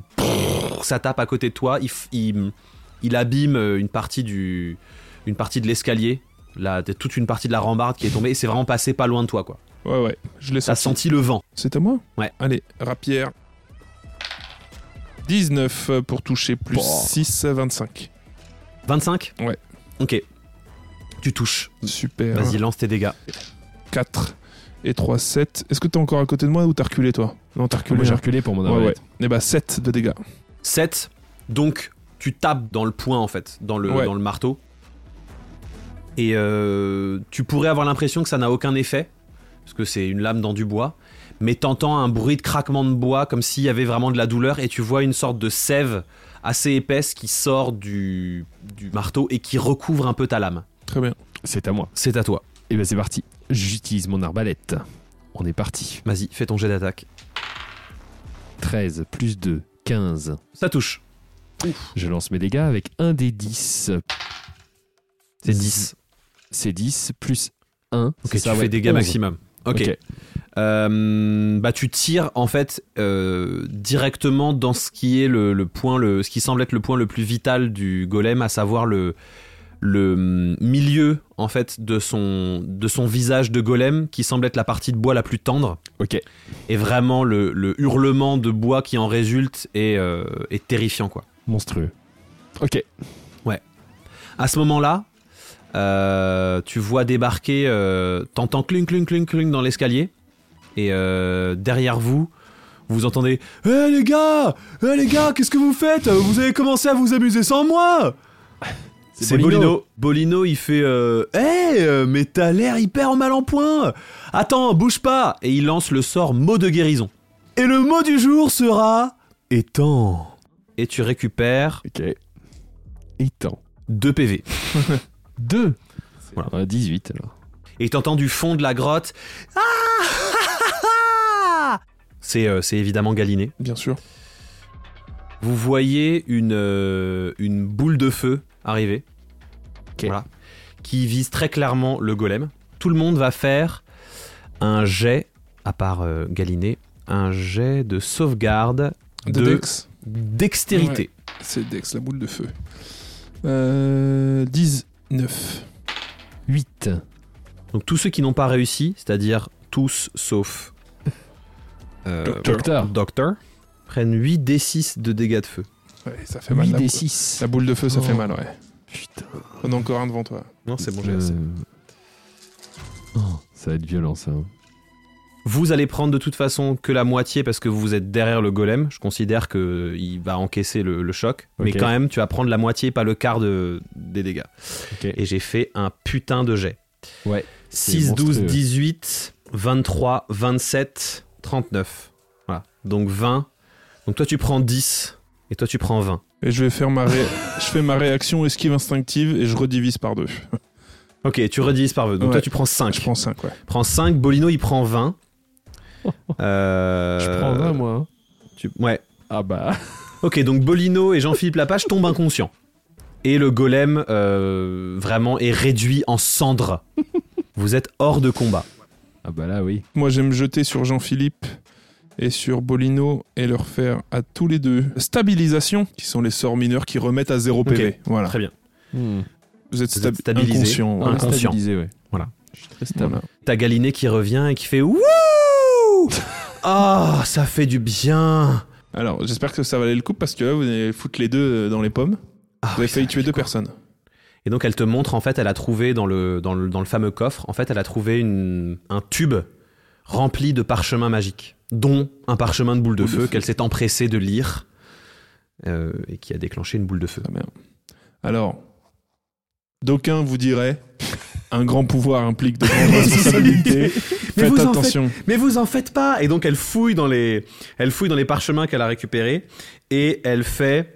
S1: ça tape à côté de toi. Il, f- il, il abîme euh, une partie du, une partie de l'escalier. Là, t'as toute une partie de la rambarde qui est tombée. Et c'est vraiment passé pas loin de toi, quoi.
S3: Ouais, ouais, je l'ai
S1: T'as
S3: senti.
S1: senti le vent.
S3: C'est à moi
S1: Ouais.
S3: Allez, rapière. 19 pour toucher, plus
S1: Bon.
S3: 6, 25.
S1: 25
S3: Ouais.
S1: Ok. Tu touches.
S3: Super.
S1: Vas-y, lance tes dégâts.
S3: 4 et 3, 7. Est-ce que t'es encore à côté de moi ou t'as reculé toi Non, t'as reculé.
S2: Moi j'ai reculé pour mon
S3: ouais, ouais.
S2: arbalète.
S3: Et bah 7 de dégâts.
S1: 7. Donc, tu tapes dans le point, en fait, dans le,
S3: Ouais.
S1: dans le marteau. Et euh, tu pourrais avoir l'impression que ça n'a aucun effet, parce que c'est une lame dans du bois. Mais t'entends un bruit de craquement de bois, comme s'il y avait vraiment de la douleur, et tu vois une sorte de sève assez épaisse qui sort du, du marteau et qui recouvre un peu ta lame.
S3: Très bien.
S2: C'est à moi.
S1: C'est à toi.
S2: Et ben c'est parti. J'utilise mon arbalète. On est parti.
S1: Vas-y, fais ton jet d'attaque.
S2: 13 plus 2, 15.
S1: Ça touche.
S2: Je lance mes dégâts avec un des 10.
S1: C'est 10.
S2: C'est 10 plus 1.
S1: Ok, tu fais dégâts maximum. ok. Euh, bah tu tires en fait euh, directement dans ce qui est le, le point, le, ce qui semble être le point le plus vital du golem, à savoir le, le hum, milieu en fait de son, de son visage de golem, qui semble être la partie de bois la plus tendre,
S2: Ok.
S1: et vraiment le, le hurlement de bois qui en résulte est, euh, est terrifiant quoi.
S2: Monstrueux. Ok.
S1: À ce moment-là, euh, tu vois débarquer, euh, t'entends clink clink clink clink dans l'escalier, et euh, derrière vous, vous entendez Eh les gars Eh les gars, qu'est-ce que vous faites Vous avez commencé à vous amuser sans moi
S2: C'est
S1: C'est Bolino. Bolino, il fait euh, Eh, euh, mais t'as l'air hyper mal en point Attends, bouge pas Et il lance le sort mot de guérison. Et le mot du jour sera Étant. Et tu récupères
S2: Ok. Étant.
S1: 2 PV.
S2: 2.
S1: Voilà.
S2: 18 alors.
S1: et t'entends du fond de la grotte. Ah c'est euh, c'est évidemment Galiné.
S3: Bien sûr.
S1: Vous voyez une, euh, une boule de feu arriver.
S2: Ok.
S1: Voilà. Qui vise très clairement le golem. Tout le monde va faire un jet, à part euh, Galiné, un jet de sauvegarde
S3: De,
S1: de,
S3: Dex.
S1: dextérité.
S3: C'est Dex, la boule de feu. Euh, 19.
S2: 8.
S1: Donc tous ceux qui n'ont pas réussi, c'est-à-dire tous sauf euh,
S3: Docteur.
S2: Docteur.
S1: Docteur, prennent 8 d6 de dégâts de feu.
S3: Ouais, ça fait mal.
S2: 8
S3: La,
S2: des 6.
S1: Ah,
S3: la boule de feu, ça
S2: Oh.
S3: fait mal, ouais.
S2: Putain.
S3: On a encore un devant toi.
S1: Non, c'est bon, j'ai
S2: Euh,
S1: assez.
S2: oh, ça va être violent ça.
S1: Vous allez prendre de toute façon que la moitié parce que vous êtes derrière le golem. Je considère que il va encaisser le, le choc.
S2: Ok.
S1: Mais quand même, tu vas prendre la moitié, pas le quart de, des dégâts.
S2: Ok.
S1: Et j'ai fait un putain de jet.
S2: Ouais,
S1: 6,
S2: c'est
S1: 12,
S2: monstrueux.
S1: 18, 23, 27, 39. Voilà. Donc 20. Donc toi, tu prends 10. Et toi, tu prends 20.
S3: Et je vais faire ma, ré- je fais ma réaction esquive instinctive et je redivise par deux.
S1: Ok, tu redivises par 20. Donc toi,
S3: Ouais.
S1: tu prends 5.
S3: Je prends 5, ouais.
S1: prends 5. Bolino, il prend 20. Euh,
S2: Je prends 20, moi. hein.
S1: tu- Ouais.
S2: Ah bah.
S1: Ok, donc Bolino et Jean-Philippe Lapage tombent inconscients. Et le golem, euh, vraiment, est réduit en cendres. Vous êtes hors de combat.
S2: Ah bah là, oui.
S3: Moi, j'aime jeter sur Jean-Philippe et sur Bolino et leur faire à tous les deux stabilisation, qui sont les sorts mineurs qui remettent à 0 PV. Voilà.
S1: Très bien. Hmm.
S3: Vous êtes,
S1: Vous êtes
S3: stab-
S1: stabilisé. Ah,
S3: inconscient.
S2: Ah,
S3: voilà.
S1: Inconscient.
S2: stabilisé, ouais.
S1: Voilà.
S2: Je suis très stable.
S3: Voilà.
S1: T'as Galiné qui revient et qui fait Wouh Ah, ça fait du bien
S3: Alors, j'espère que ça valait le coup parce que là, vous allez foutre les deux euh, dans les pommes.
S1: Ah
S3: vous avez
S1: oui,
S3: failli
S1: ça-
S3: tuer deux personnes.
S1: Et donc elle te montre, en fait, elle a trouvé dans le, dans le, dans le fameux coffre, en fait, elle a trouvé une, un tube rempli de parchemins magiques, dont un parchemin de boule de
S3: Boule de
S1: feu
S3: feu.
S1: qu'elle s'est empressée de lire euh, et qui a déclenché une boule de feu.
S3: Ah, merde. Alors, d'aucuns vous diraient un grand pouvoir implique de grandes responsabilités.
S1: Mais
S3: Faites
S1: vous en
S3: attention.
S1: Mais vous en faites pas Et donc elle fouille dans les, elle fouille dans les parchemins qu'elle a récupérés et elle fait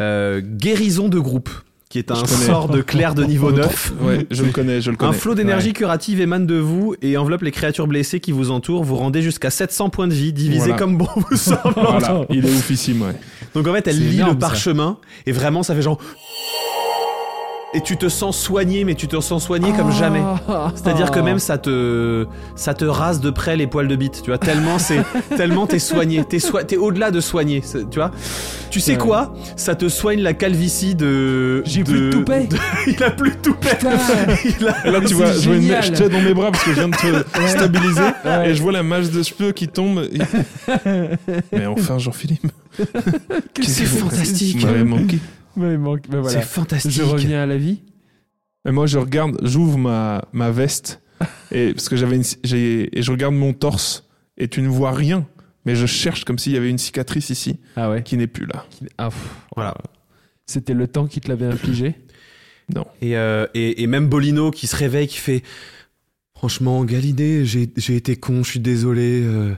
S1: euh, guérison de groupe, qui est un
S3: Je connais.
S1: sort de clair de niveau 9.
S3: Ouais, je le connais, je le
S1: Un
S3: connais.
S1: flot d'énergie curative émane de vous et enveloppe les créatures blessées qui vous entourent. Vous rendez jusqu'à 700 points de vie, divisés
S3: Voilà.
S1: comme bon vous semble.
S3: Ouais. Voilà, il est oufissime, ouais.
S1: Donc en fait, elle
S2: C'est
S1: lit
S2: énorme,
S1: le parchemin et vraiment, ça fait genre. Et tu te sens soigné, mais tu te sens soigné comme jamais. C'est-à-dire que même ça te ça te rase de près les poils de bite, tu vois, tellement c'est tellement t'es soigné, t'es soi- t'es au-delà de soigné, c'est- tu vois. Tu sais
S3: Ouais.
S1: quoi Ça te soigne la calvitie de
S2: J'ai plus de toupet.
S1: Il a plus de toupet.
S2: Putain.
S1: Il a-
S3: Et Là, tu
S2: C'est
S3: vois, je, vois une-
S2: génial.
S3: je t'ai dans mes bras parce que je viens de te stabiliser et je vois la masse de cheveux qui tombe. et- Mais enfin, Jean-Philippe.
S2: Que
S3: qu'est-ce
S1: c'est
S3: que vous-
S1: fantastique.
S3: vous m'avez manqué.
S2: Ouais, il manque. bah voilà.
S1: C'est fantastique.
S2: Je reviens à la vie.
S3: Et moi, je regarde, j'ouvre ma, ma veste et, parce que j'avais une, j'ai- et je regarde mon torse et tu ne vois rien. Mais je cherche comme s'il y avait une cicatrice ici
S2: Ah ouais.
S3: qui n'est plus là.
S2: Ah, pff.
S1: Voilà.
S2: C'était le temps qui te l'avait infligé.
S1: Et, euh, et, et même Bolino qui se réveille qui fait Franchement, Galidée, j'ai j'ai été con, je suis désolé. euh.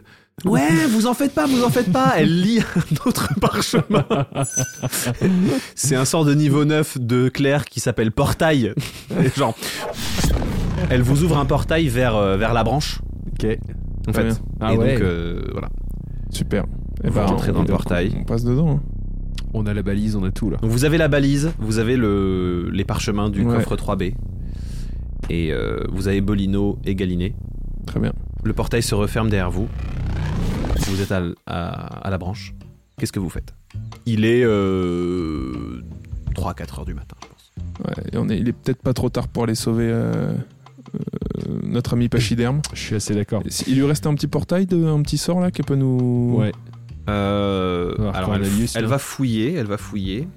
S1: Ouais, vous en faites pas, vous en faites pas. Elle lit un autre parchemin. C'est un sort de niveau 9 de Claire qui s'appelle Portail. Et genre, elle vous ouvre un portail vers, euh, vers la branche,
S2: Ok.
S1: en
S3: Très
S1: fait.
S3: bien.
S2: Ah
S1: et
S2: ouais.
S1: donc, euh, voilà.
S3: Super. Et
S1: Vous rentrez dans le portail.
S3: On passe dedans. hein.
S2: On a la balise, on a tout là.
S1: Donc vous avez la balise, vous avez le, les parchemins du
S3: Ouais.
S1: coffre 3B. Et euh, vous avez Bolino et Galiné.
S3: Très bien.
S1: Le portail se referme derrière vous. Vous êtes à, l- à- à la branche. Qu'est-ce que vous faites Il est 3-4 heures du matin, je pense.
S3: Ouais, et on est, il est peut-être pas trop tard pour aller sauver euh, euh, notre ami Pachyderme.
S2: Je suis assez d'accord.
S3: Et si- Il lui reste un petit portail, de, un petit sort là qui peut nous.
S2: Ouais.
S1: Euh,
S2: On va
S1: alors elle,
S2: reprendre la news,
S1: elle
S2: là.
S1: va fouiller, elle va fouiller.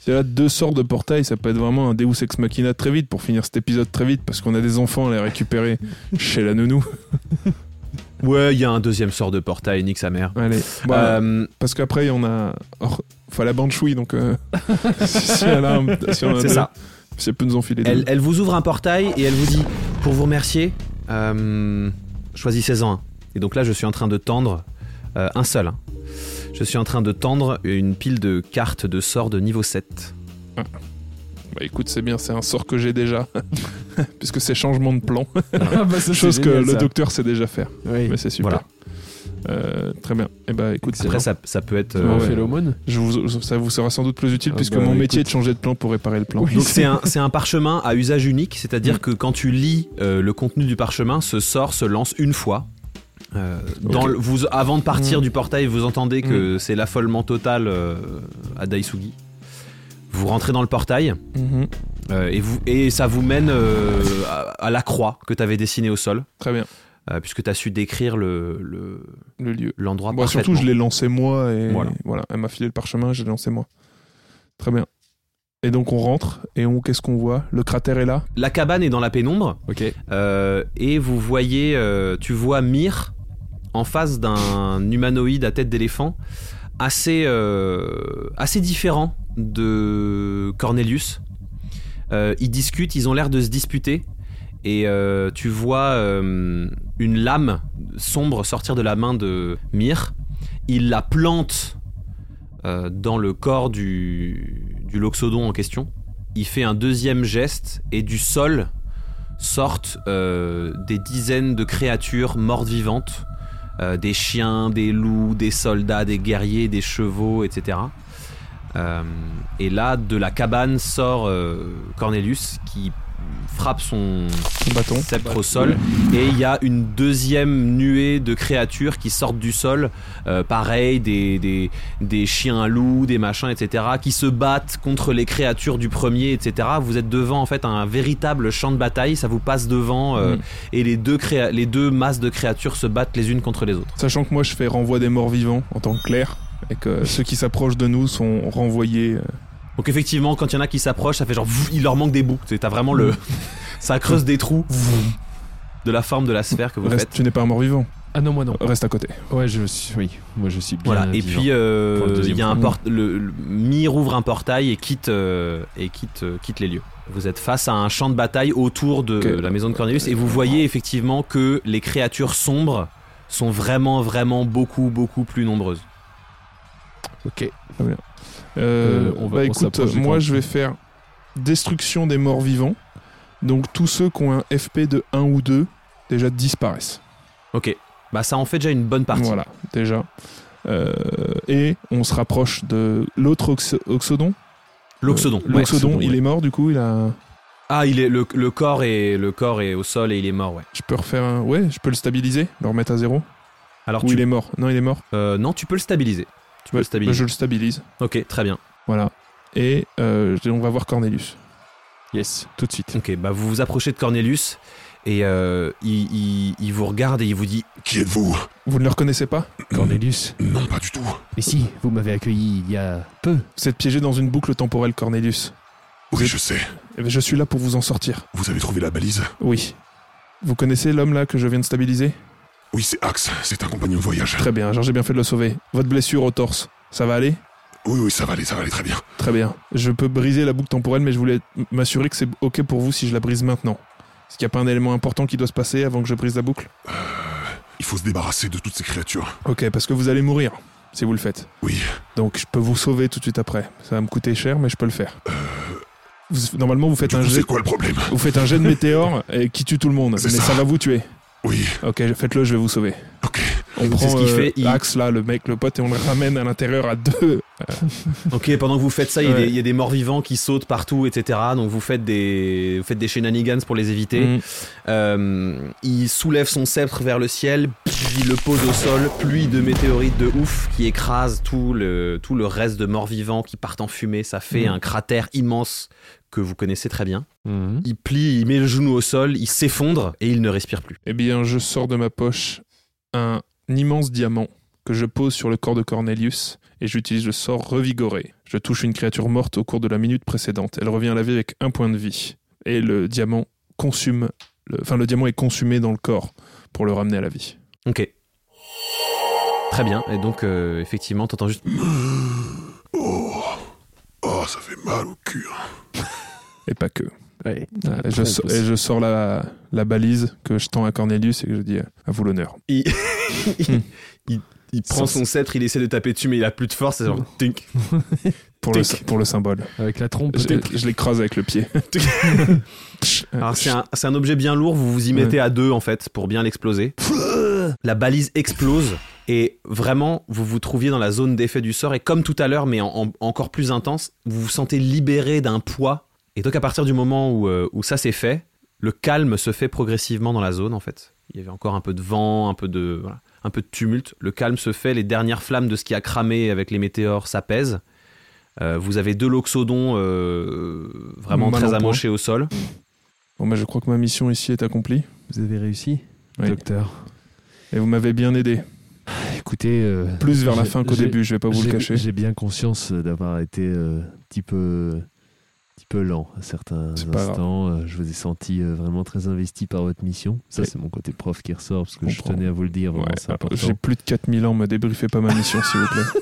S3: Si elle a deux sorts de portail, ça peut être vraiment un Deus ex machina très vite pour finir cet épisode très vite parce qu'on a des enfants à les récupérer chez la nounou.
S1: Ouais, il y a un deuxième sort de portail, nique sa mère.
S3: Allez. Bah,
S1: Euh,
S3: Parce qu'après, on a. Or, enfin, la bande chouille donc. euh, si elle a un- si on en a
S1: c'est
S3: deux,
S1: ça.
S3: Si elle peut nous enfiler
S1: Elle,
S3: deux.
S1: elle vous ouvre un portail et elle vous dit Pour vous remercier, euh, choisissez-en un. Et donc là, je suis en train de tendre euh, un seul. hein. Je suis en train de tendre une pile de cartes de sorts de niveau 7.
S3: Bah, écoute, c'est bien, c'est un sort que j'ai déjà. Puisque c'est changement de plan.
S2: Ah bah ça, c'est
S3: Chose que
S2: génial,
S3: le
S2: ça.
S3: docteur sait déjà faire.
S2: Oui.
S3: Mais c'est super. Euh, très bien. Et bah écoute,
S1: Après, ça, ça peut être.
S3: Ouais,
S2: On
S1: euh,
S2: fait
S3: ouais.
S2: l'aumône.
S3: Je vous- ça vous sera sans doute plus utile
S2: Ah
S3: puisque
S2: bah,
S3: mon métier est
S2: écoute.
S3: de changer de plan pour réparer le plan.
S2: Oui.
S1: Donc c'est un, c'est un parchemin à usage unique, c'est-à-dire
S3: Mm.
S1: que quand tu lis euh, le contenu du parchemin, ce sort se lance une fois. Euh, dans
S3: Ok.
S1: le- vous, avant de partir
S3: Mm.
S1: du portail, vous entendez que c'est l'affolement total euh, à Daisugi. Vous rentrez dans le portail
S3: Mhm.
S1: euh, et, vous, et ça vous mène euh, à, à la croix que tu avais dessinée au sol,
S3: Très bien.
S1: euh, puisque tu as su décrire le, le-
S3: Le lieu.
S1: l'endroit
S3: Moi, surtout, je
S1: Ah, parfaitement.
S3: l'ai lancé moi et
S1: Voilà.
S3: voilà. Elle m'a filé le parchemin, je l'ai lancé moi. Très bien. Et donc on rentre et on qu'est-ce qu'on voit Le cratère est là.
S1: La cabane est dans la pénombre.
S2: Ok.
S1: Euh, et vous voyez, euh, tu vois Mir en face d'un humanoïde à tête d'éléphant, assez, euh, assez différent de Cornelius. Euh, ils discutent, ils ont l'air de se disputer, et euh, tu vois euh, une lame sombre sortir de la main de Mir. Il la plante euh, dans le corps du, du loxodon en question, il fait un deuxième geste et du sol sortent euh, des dizaines de créatures mortes vivantes, euh, des chiens, des loups, des soldats, des guerriers, des chevaux, etc. Euh, et là, de la cabane sort euh, Cornelius qui frappe son
S3: Son bâton.
S1: sceptre au sol et il y a une deuxième nuée de créatures qui sortent du sol euh, pareil des, des, des chiens à loups des machins etc qui se battent contre les créatures du premier etc vous êtes devant en fait un véritable champ de bataille ça vous passe devant euh,
S3: Mm.
S1: et les deux, créa- les deux masses de créatures se battent les unes contre les autres
S3: Sachant que moi je fais renvoi des morts vivants en tant que clerc et que ceux qui s'approchent de nous sont renvoyés. euh,
S1: donc effectivement quand il y en a qui s'approchent ça fait genre vouf, il leur manque des bouts t'as vraiment le
S3: Mm.
S1: ça creuse des trous de la forme de la sphère que vous
S3: reste-
S1: faites
S3: tu n'es pas un mort vivant,
S2: Ah non, moi non.
S3: reste à côté.
S2: Ouais, je suis, oui, moi je suis bien.
S1: Voilà, et
S2: vivant.
S1: puis euh,
S2: Pour le
S1: il
S2: deuxième
S1: y a un
S3: fois.
S1: port- le, le- Mir ouvre un portail et quitte euh, et quitte euh, quitte les lieux. Vous êtes face à un champ de bataille autour de
S3: Ok.
S1: la maison de Cornelius et
S3: Euh,
S1: vous voyez effectivement que les créatures sombres sont vraiment vraiment beaucoup beaucoup plus nombreuses.
S2: Ok.
S3: Euh,
S2: Euh, on va-
S3: bah
S2: on
S3: écoute,
S2: s'approche du
S3: moi
S2: camp.
S3: je vais faire destruction des morts vivants. Donc tous ceux qui ont un FP de 1 ou 2 déjà disparaissent.
S1: OK. Bah ça en fait déjà une bonne partie.
S3: Voilà, déjà. Euh, et on se rapproche de l'autre ox- Oxodon.
S1: L'oxodon.
S3: Euh, L'Oxodon,
S2: Ouais,
S3: il
S2: ouais.
S3: est mort du coup, il a
S1: Ah, il est le, le corps est le corps est au sol et il est mort, ouais.
S3: je peux refaire un ouais, je peux le stabiliser, le remettre à zéro.
S1: Alors
S3: Ou
S1: tu
S3: il est mort. Non, il est mort.
S1: euh, non, tu peux le stabiliser. Tu peux le
S3: Ouais, bah,
S1: stabiliser.
S3: je le stabilise.
S1: OK, très bien.
S3: Voilà. Et euh, je- on va voir Cornelius.
S2: Yes, tout de suite.
S1: Ok, bah vous vous approchez de Cornelius et euh, il, il- il vous regarde et il vous dit
S5: Qui êtes-vous
S3: Vous ne le reconnaissez pas
S2: Cornelius.
S5: Non, pas du tout.
S2: Mais si, vous m'avez accueilli il y a peu.
S3: Vous êtes piégé dans une boucle temporelle, Cornelius.
S5: Oui,
S3: êtes-
S5: je sais.
S3: Eh ben, Je suis là pour vous en sortir.
S5: Vous avez trouvé la balise
S3: Oui. Vous connaissez l'homme là que je viens de stabiliser
S5: Oui, c'est Axe. C'est un compagnon de voyage.
S3: Très bien, genre, j'ai bien fait de le sauver. Votre blessure au torse, ça va aller
S5: Oui, oui, ça va aller, ça va aller très bien.
S3: Très bien. Je peux briser la boucle temporelle, mais je voulais m'assurer que c'est OK pour vous si je la brise maintenant. Est-ce qu'il n'y a pas un élément important qui doit se passer avant que je brise la boucle
S5: Il faut se débarrasser de toutes ces créatures.
S3: Ok, parce que vous allez mourir si vous le faites.
S5: Oui.
S3: Donc je peux vous sauver tout de suite après. Ça va me coûter cher, mais je peux le faire. Vous- normalement, vous faites,
S5: Du
S3: un
S5: coup,
S3: jet,
S5: c'est quoi le problème
S3: vous faites un jet de météore et qui tue tout le monde, mais
S5: C'est ça.
S3: ça va vous tuer.
S5: Oui,
S3: Ok, faites-le, je vais vous sauver.
S5: ok.
S3: On
S1: donc, c'est
S3: prend
S1: ce qu'il
S3: euh,
S1: fait, il-
S3: Axe, là, le mec, le pote, et on le ramène à l'intérieur à deux.
S1: Ok, pendant que vous faites ça, il y a
S3: Ouais.
S1: des- il y, a des morts vivants qui sautent partout, etc. Donc vous faites des, vous faites des shenanigans pour les éviter.
S3: Mm.
S1: Euh, il soulève son sceptre vers le ciel, puis il le pose au sol, pluie de météorites de ouf qui écrase tout le, tout le reste de morts vivants qui partent en fumée. Ça fait
S3: Mm.
S1: un cratère immense que vous connaissez très bien. Il plie, il met le genou au sol, il s'effondre et il ne respire plus.
S3: Eh bien, je sors de ma poche un immense diamant que je pose sur le corps de Cornelius et j'utilise le sort revigoré. Je touche une créature morte au cours de la minute précédente. Elle revient à la vie avec un point de vie et le diamant consume, le- enfin le diamant est consumé dans le corps pour le ramener à la vie.
S1: Ok. Très bien. Et donc, euh, effectivement, t'entends juste.
S5: Oh. Oh, ça fait mal au cul. hein.
S3: Et pas que.
S2: Ouais.
S3: Ah, je,
S2: Très
S3: sors-
S2: possible.
S3: et je sors la, la balise que je tends à Cornelius et que je dis euh, à vous l'honneur.
S1: Il prend son sceptre, il essaie de taper dessus, mais il a plus de force. C'est genre.
S3: Mm.
S1: tink.
S3: Pour le,
S1: Tic.
S3: pour le symbole.
S2: Avec la trompe,
S3: Je,
S2: peut-être.
S3: je l'écrase avec le pied.
S1: Alors c'est un, c'est un objet bien lourd, vous vous y
S3: Euh, Ouais.
S1: mettez à deux en fait pour bien l'exploser. La balise explose et vraiment vous vous trouviez dans la zone d'effet du sort et comme tout à l'heure mais en- en- encore plus intense, vous vous sentez libéré d'un poids. Et donc à partir du moment où, euh, où ça s'est fait, le calme se fait progressivement dans la zone en fait. Il y avait encore un peu de vent, un peu de, voilà, un peu de tumulte. Le calme se fait, les dernières flammes de ce qui a cramé avec les météores s'apaisent. Euh, vous avez deux loxodons euh, vraiment
S3: Mal en
S1: très
S3: point.
S1: amochés au sol.
S3: Bon, bah, je crois que ma mission ici est accomplie.
S2: Vous avez réussi,
S3: Oui.
S2: docteur.
S3: Et vous m'avez bien aidé.
S2: Écoutez, euh,
S3: Plus vers la
S2: J'ai-
S3: fin qu'au
S2: j'ai-
S3: début, je vais pas vous le
S2: j'ai-
S3: cacher.
S2: J'ai bien conscience d'avoir été euh, un petit peu, un petit peu lent à certains
S3: C'est pas
S2: instants. Euh, Je vous ai senti euh, vraiment très investi par votre mission. Ça,
S3: Oui.
S2: c'est mon côté prof qui ressort parce que
S3: Je
S2: je
S3: comprends.
S2: tenais à vous le dire.
S3: Ouais,
S2: Vraiment, c'est
S3: euh,
S2: important.
S3: J'ai plus de 4000 ans, me débriefez pas ma mission, s'il vous plaît.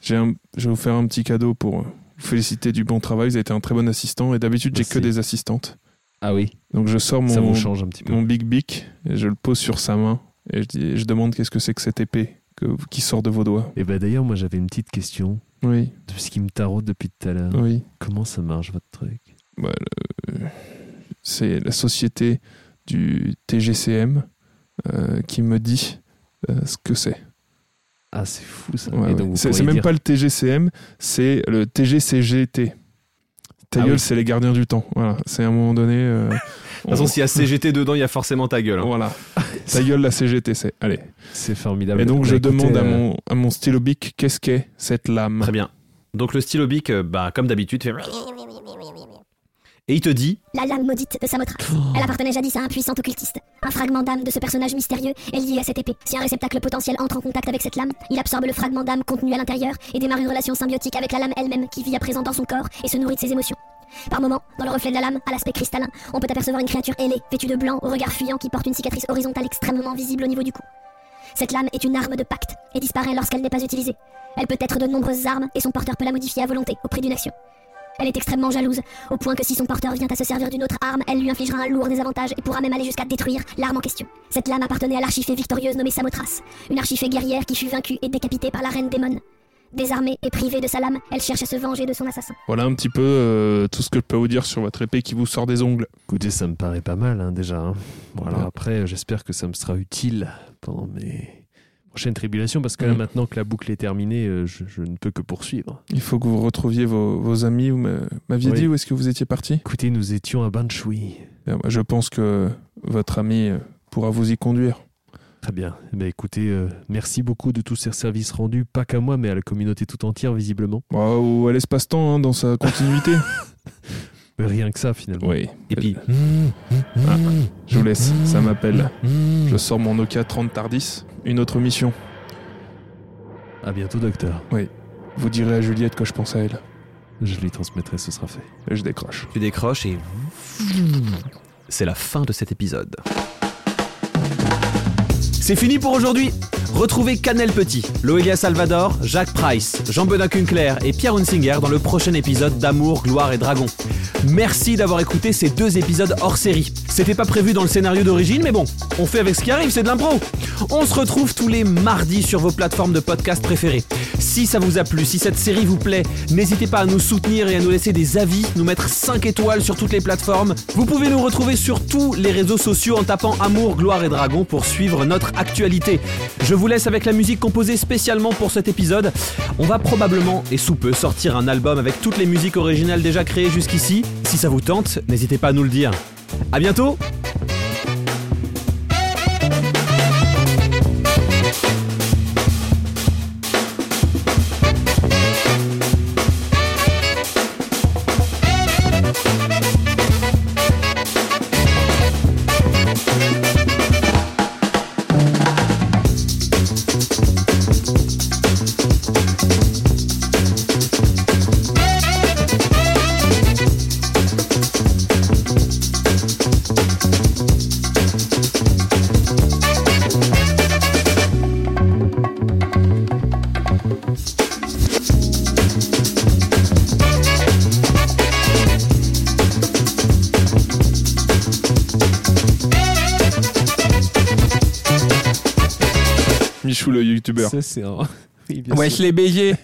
S3: J'ai un- je vais vous faire un petit cadeau pour euh, vous féliciter du bon travail. Vous avez été un très bon assistant et d'habitude, j'ai que
S2: Merci.
S3: des assistantes.
S2: Ah oui,
S3: Donc je sors
S2: ça
S3: mon,
S2: vous change un petit peu.
S3: mon Big Bic et je le pose sur sa main et je, dis- je demande qu'est-ce que c'est que cette épée que- qui sort de vos doigts.
S2: Et bah d'ailleurs, moi j'avais une petite question
S3: Oui,
S2: de ce qui me taraude depuis tout à l'heure.
S3: oui.
S2: Comment ça marche votre truc
S3: bah, le- c'est la société du TGCM euh, qui me dit euh, ce que c'est.
S2: Ah, c'est fou ça.
S3: Ouais,
S2: Et
S3: ouais.
S2: donc, vous
S3: C'est c'est
S2: pourriez
S3: même
S2: dire-
S3: pas le TGCM, c'est le TGCGT. Ta
S2: Ah
S3: gueule,
S2: oui.
S3: c'est les gardiens du temps. Voilà, c'est à un moment donné. euh,
S1: De toute façon,
S3: on-
S1: s'il y a CGT dedans, il y a forcément ta gueule. hein.
S3: Voilà. Ta gueule, la CGT, c'est. Allez.
S2: C'est formidable.
S3: Et donc,
S2: Bah,
S3: je
S2: écoutez,
S3: demande à
S2: euh,
S3: mon, à mon stylo bic qu'est-ce qu'est cette lame
S1: Très bien. Donc le stylo bic, euh, bah, comme d'habitude, fait... Et il te dit,
S6: La lame maudite de Samothrace. Elle appartenait jadis à un puissant occultiste. Un fragment d'âme de ce personnage mystérieux est lié à cette épée. Si un réceptacle potentiel entre en contact avec cette lame, il absorbe le fragment d'âme contenu à l'intérieur et démarre une relation symbiotique avec la lame elle-même qui vit à présent dans son corps et se nourrit de ses émotions. Par moments, dans le reflet de la lame, à l'aspect cristallin, on peut apercevoir une créature ailée, vêtue de blanc, au regard fuyant qui porte une cicatrice horizontale extrêmement visible au niveau du cou. Cette lame est une arme de pacte et disparaît lorsqu'elle n'est pas utilisée. Elle peut être de nombreuses armes et son porteur peut la modifier à volonté au prix d'une action. Elle est extrêmement jalouse, au point que si son porteur vient à se servir d'une autre arme, elle lui infligera un lourd désavantage et pourra même aller jusqu'à détruire l'arme en question. Cette lame appartenait à l'archifée victorieuse nommée Samothrace, une archifée guerrière qui fut vaincue et décapitée par la reine démon. Désarmée et privée de sa lame, elle cherche à se venger de son assassin.
S3: Voilà un petit peu euh, tout ce que je peux vous dire sur votre épée qui vous sort des ongles.
S2: Écoutez, ça me paraît pas mal hein, déjà. hein. Bon, alors
S3: Ouais.
S2: après, j'espère que ça me sera utile pendant mes prochaines tribulations parce que là,
S3: Mm.
S2: maintenant que la boucle est terminée, euh, je, je ne peux que poursuivre.
S3: Il faut que vous retrouviez vos, vos amis. Vous me- m'aviez
S2: Oui.
S3: dit où est-ce que vous étiez parti
S2: Écoutez, nous étions à Banshui.
S3: Bien, bah, Je pense que votre ami euh, pourra vous y conduire.
S2: Très bien. Eh ben, écoutez, euh, merci beaucoup de tous ces services rendus, pas qu'à moi, mais à la communauté tout entière, visiblement.
S3: Bah, ou à l'espace-temps, hein, dans sa continuité.
S2: Mais rien que ça, finalement.
S3: oui.
S1: et puis,
S3: Ah, je vous laisse, ça m'appelle. Je sors mon Nokia 30 Tardis. Une autre mission.
S2: À bientôt, docteur.
S3: Vous direz à Juliette que je pense à elle.
S2: Je lui transmettrai, ce sera fait.
S3: Et je décroche.
S1: tu décroches et... C'est la fin de cet épisode. C'est fini pour aujourd'hui. Retrouvez Canel Petit, Loelia Salvador, Jacques Price, Jean-Benoît Kunkler et Pierre Hunsinger dans le prochain épisode d'Amour, Gloire et Dragon. Merci d'avoir écouté ces deux épisodes hors série. C'était pas prévu dans le scénario d'origine, mais bon, on fait avec ce qui arrive, c'est de l'impro. On se retrouve tous les mardis sur vos plateformes de podcast préférées. Si ça vous a plu, si cette série vous plaît, n'hésitez pas à nous soutenir et à nous laisser des avis, nous mettre 5 étoiles sur toutes les plateformes. Vous pouvez nous retrouver sur tous les réseaux sociaux en tapant Amour, Gloire et Dragon pour suivre notre actualité. Je vous laisse avec la musique composée spécialement pour cet épisode. On va probablement et sous peu sortir un album avec toutes les musiques originales déjà créées jusqu'ici. Si ça vous tente, n'hésitez pas à nous le dire. À bientôt
S3: Michou le youtubeur.
S2: Ça, c'est un. Oui, bien
S7: Ouais,
S2: sûr.
S7: je les BG.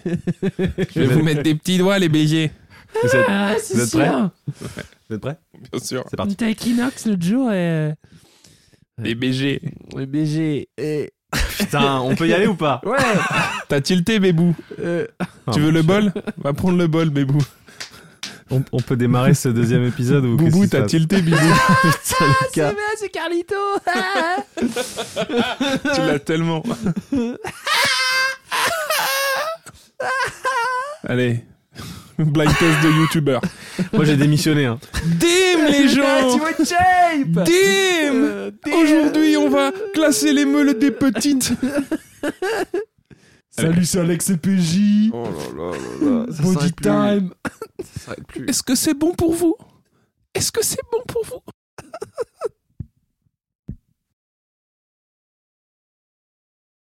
S7: je vais vous mettre des petits doigts, les BG.
S1: Vous êtes,
S7: Ah,
S1: vous êtes prêts Vous êtes prêts
S3: Bien sûr.
S1: C'est parti.
S7: était avec Inox l'autre jour et.
S3: Les BG.
S7: Les BG.
S1: Putain, on peut y aller ou pas
S7: Ouais
S3: T'as tilté, Bébou
S7: Euh,
S3: Tu veux le bol Va prendre le bol, Bébou.
S1: on, peut démarrer ce deuxième épisode ou
S3: Boubou, t'as tilté, Bibou.
S7: C'est bien, c'est Carlito
S3: tu l'as tellement. Allez. Blind test de youtubeur.
S1: Moi j'ai démissionné. hein.
S3: Dim les gens Dim Aujourd'hui on va classer les meules des petites
S2: Salut, c'est Alex et PJ.
S4: Oh là là là là. ça
S2: Body
S4: s'arrête plus,
S2: time.
S4: Ça s'arrête plus.
S7: Est-ce que c'est bon pour vous Est-ce que c'est bon pour vous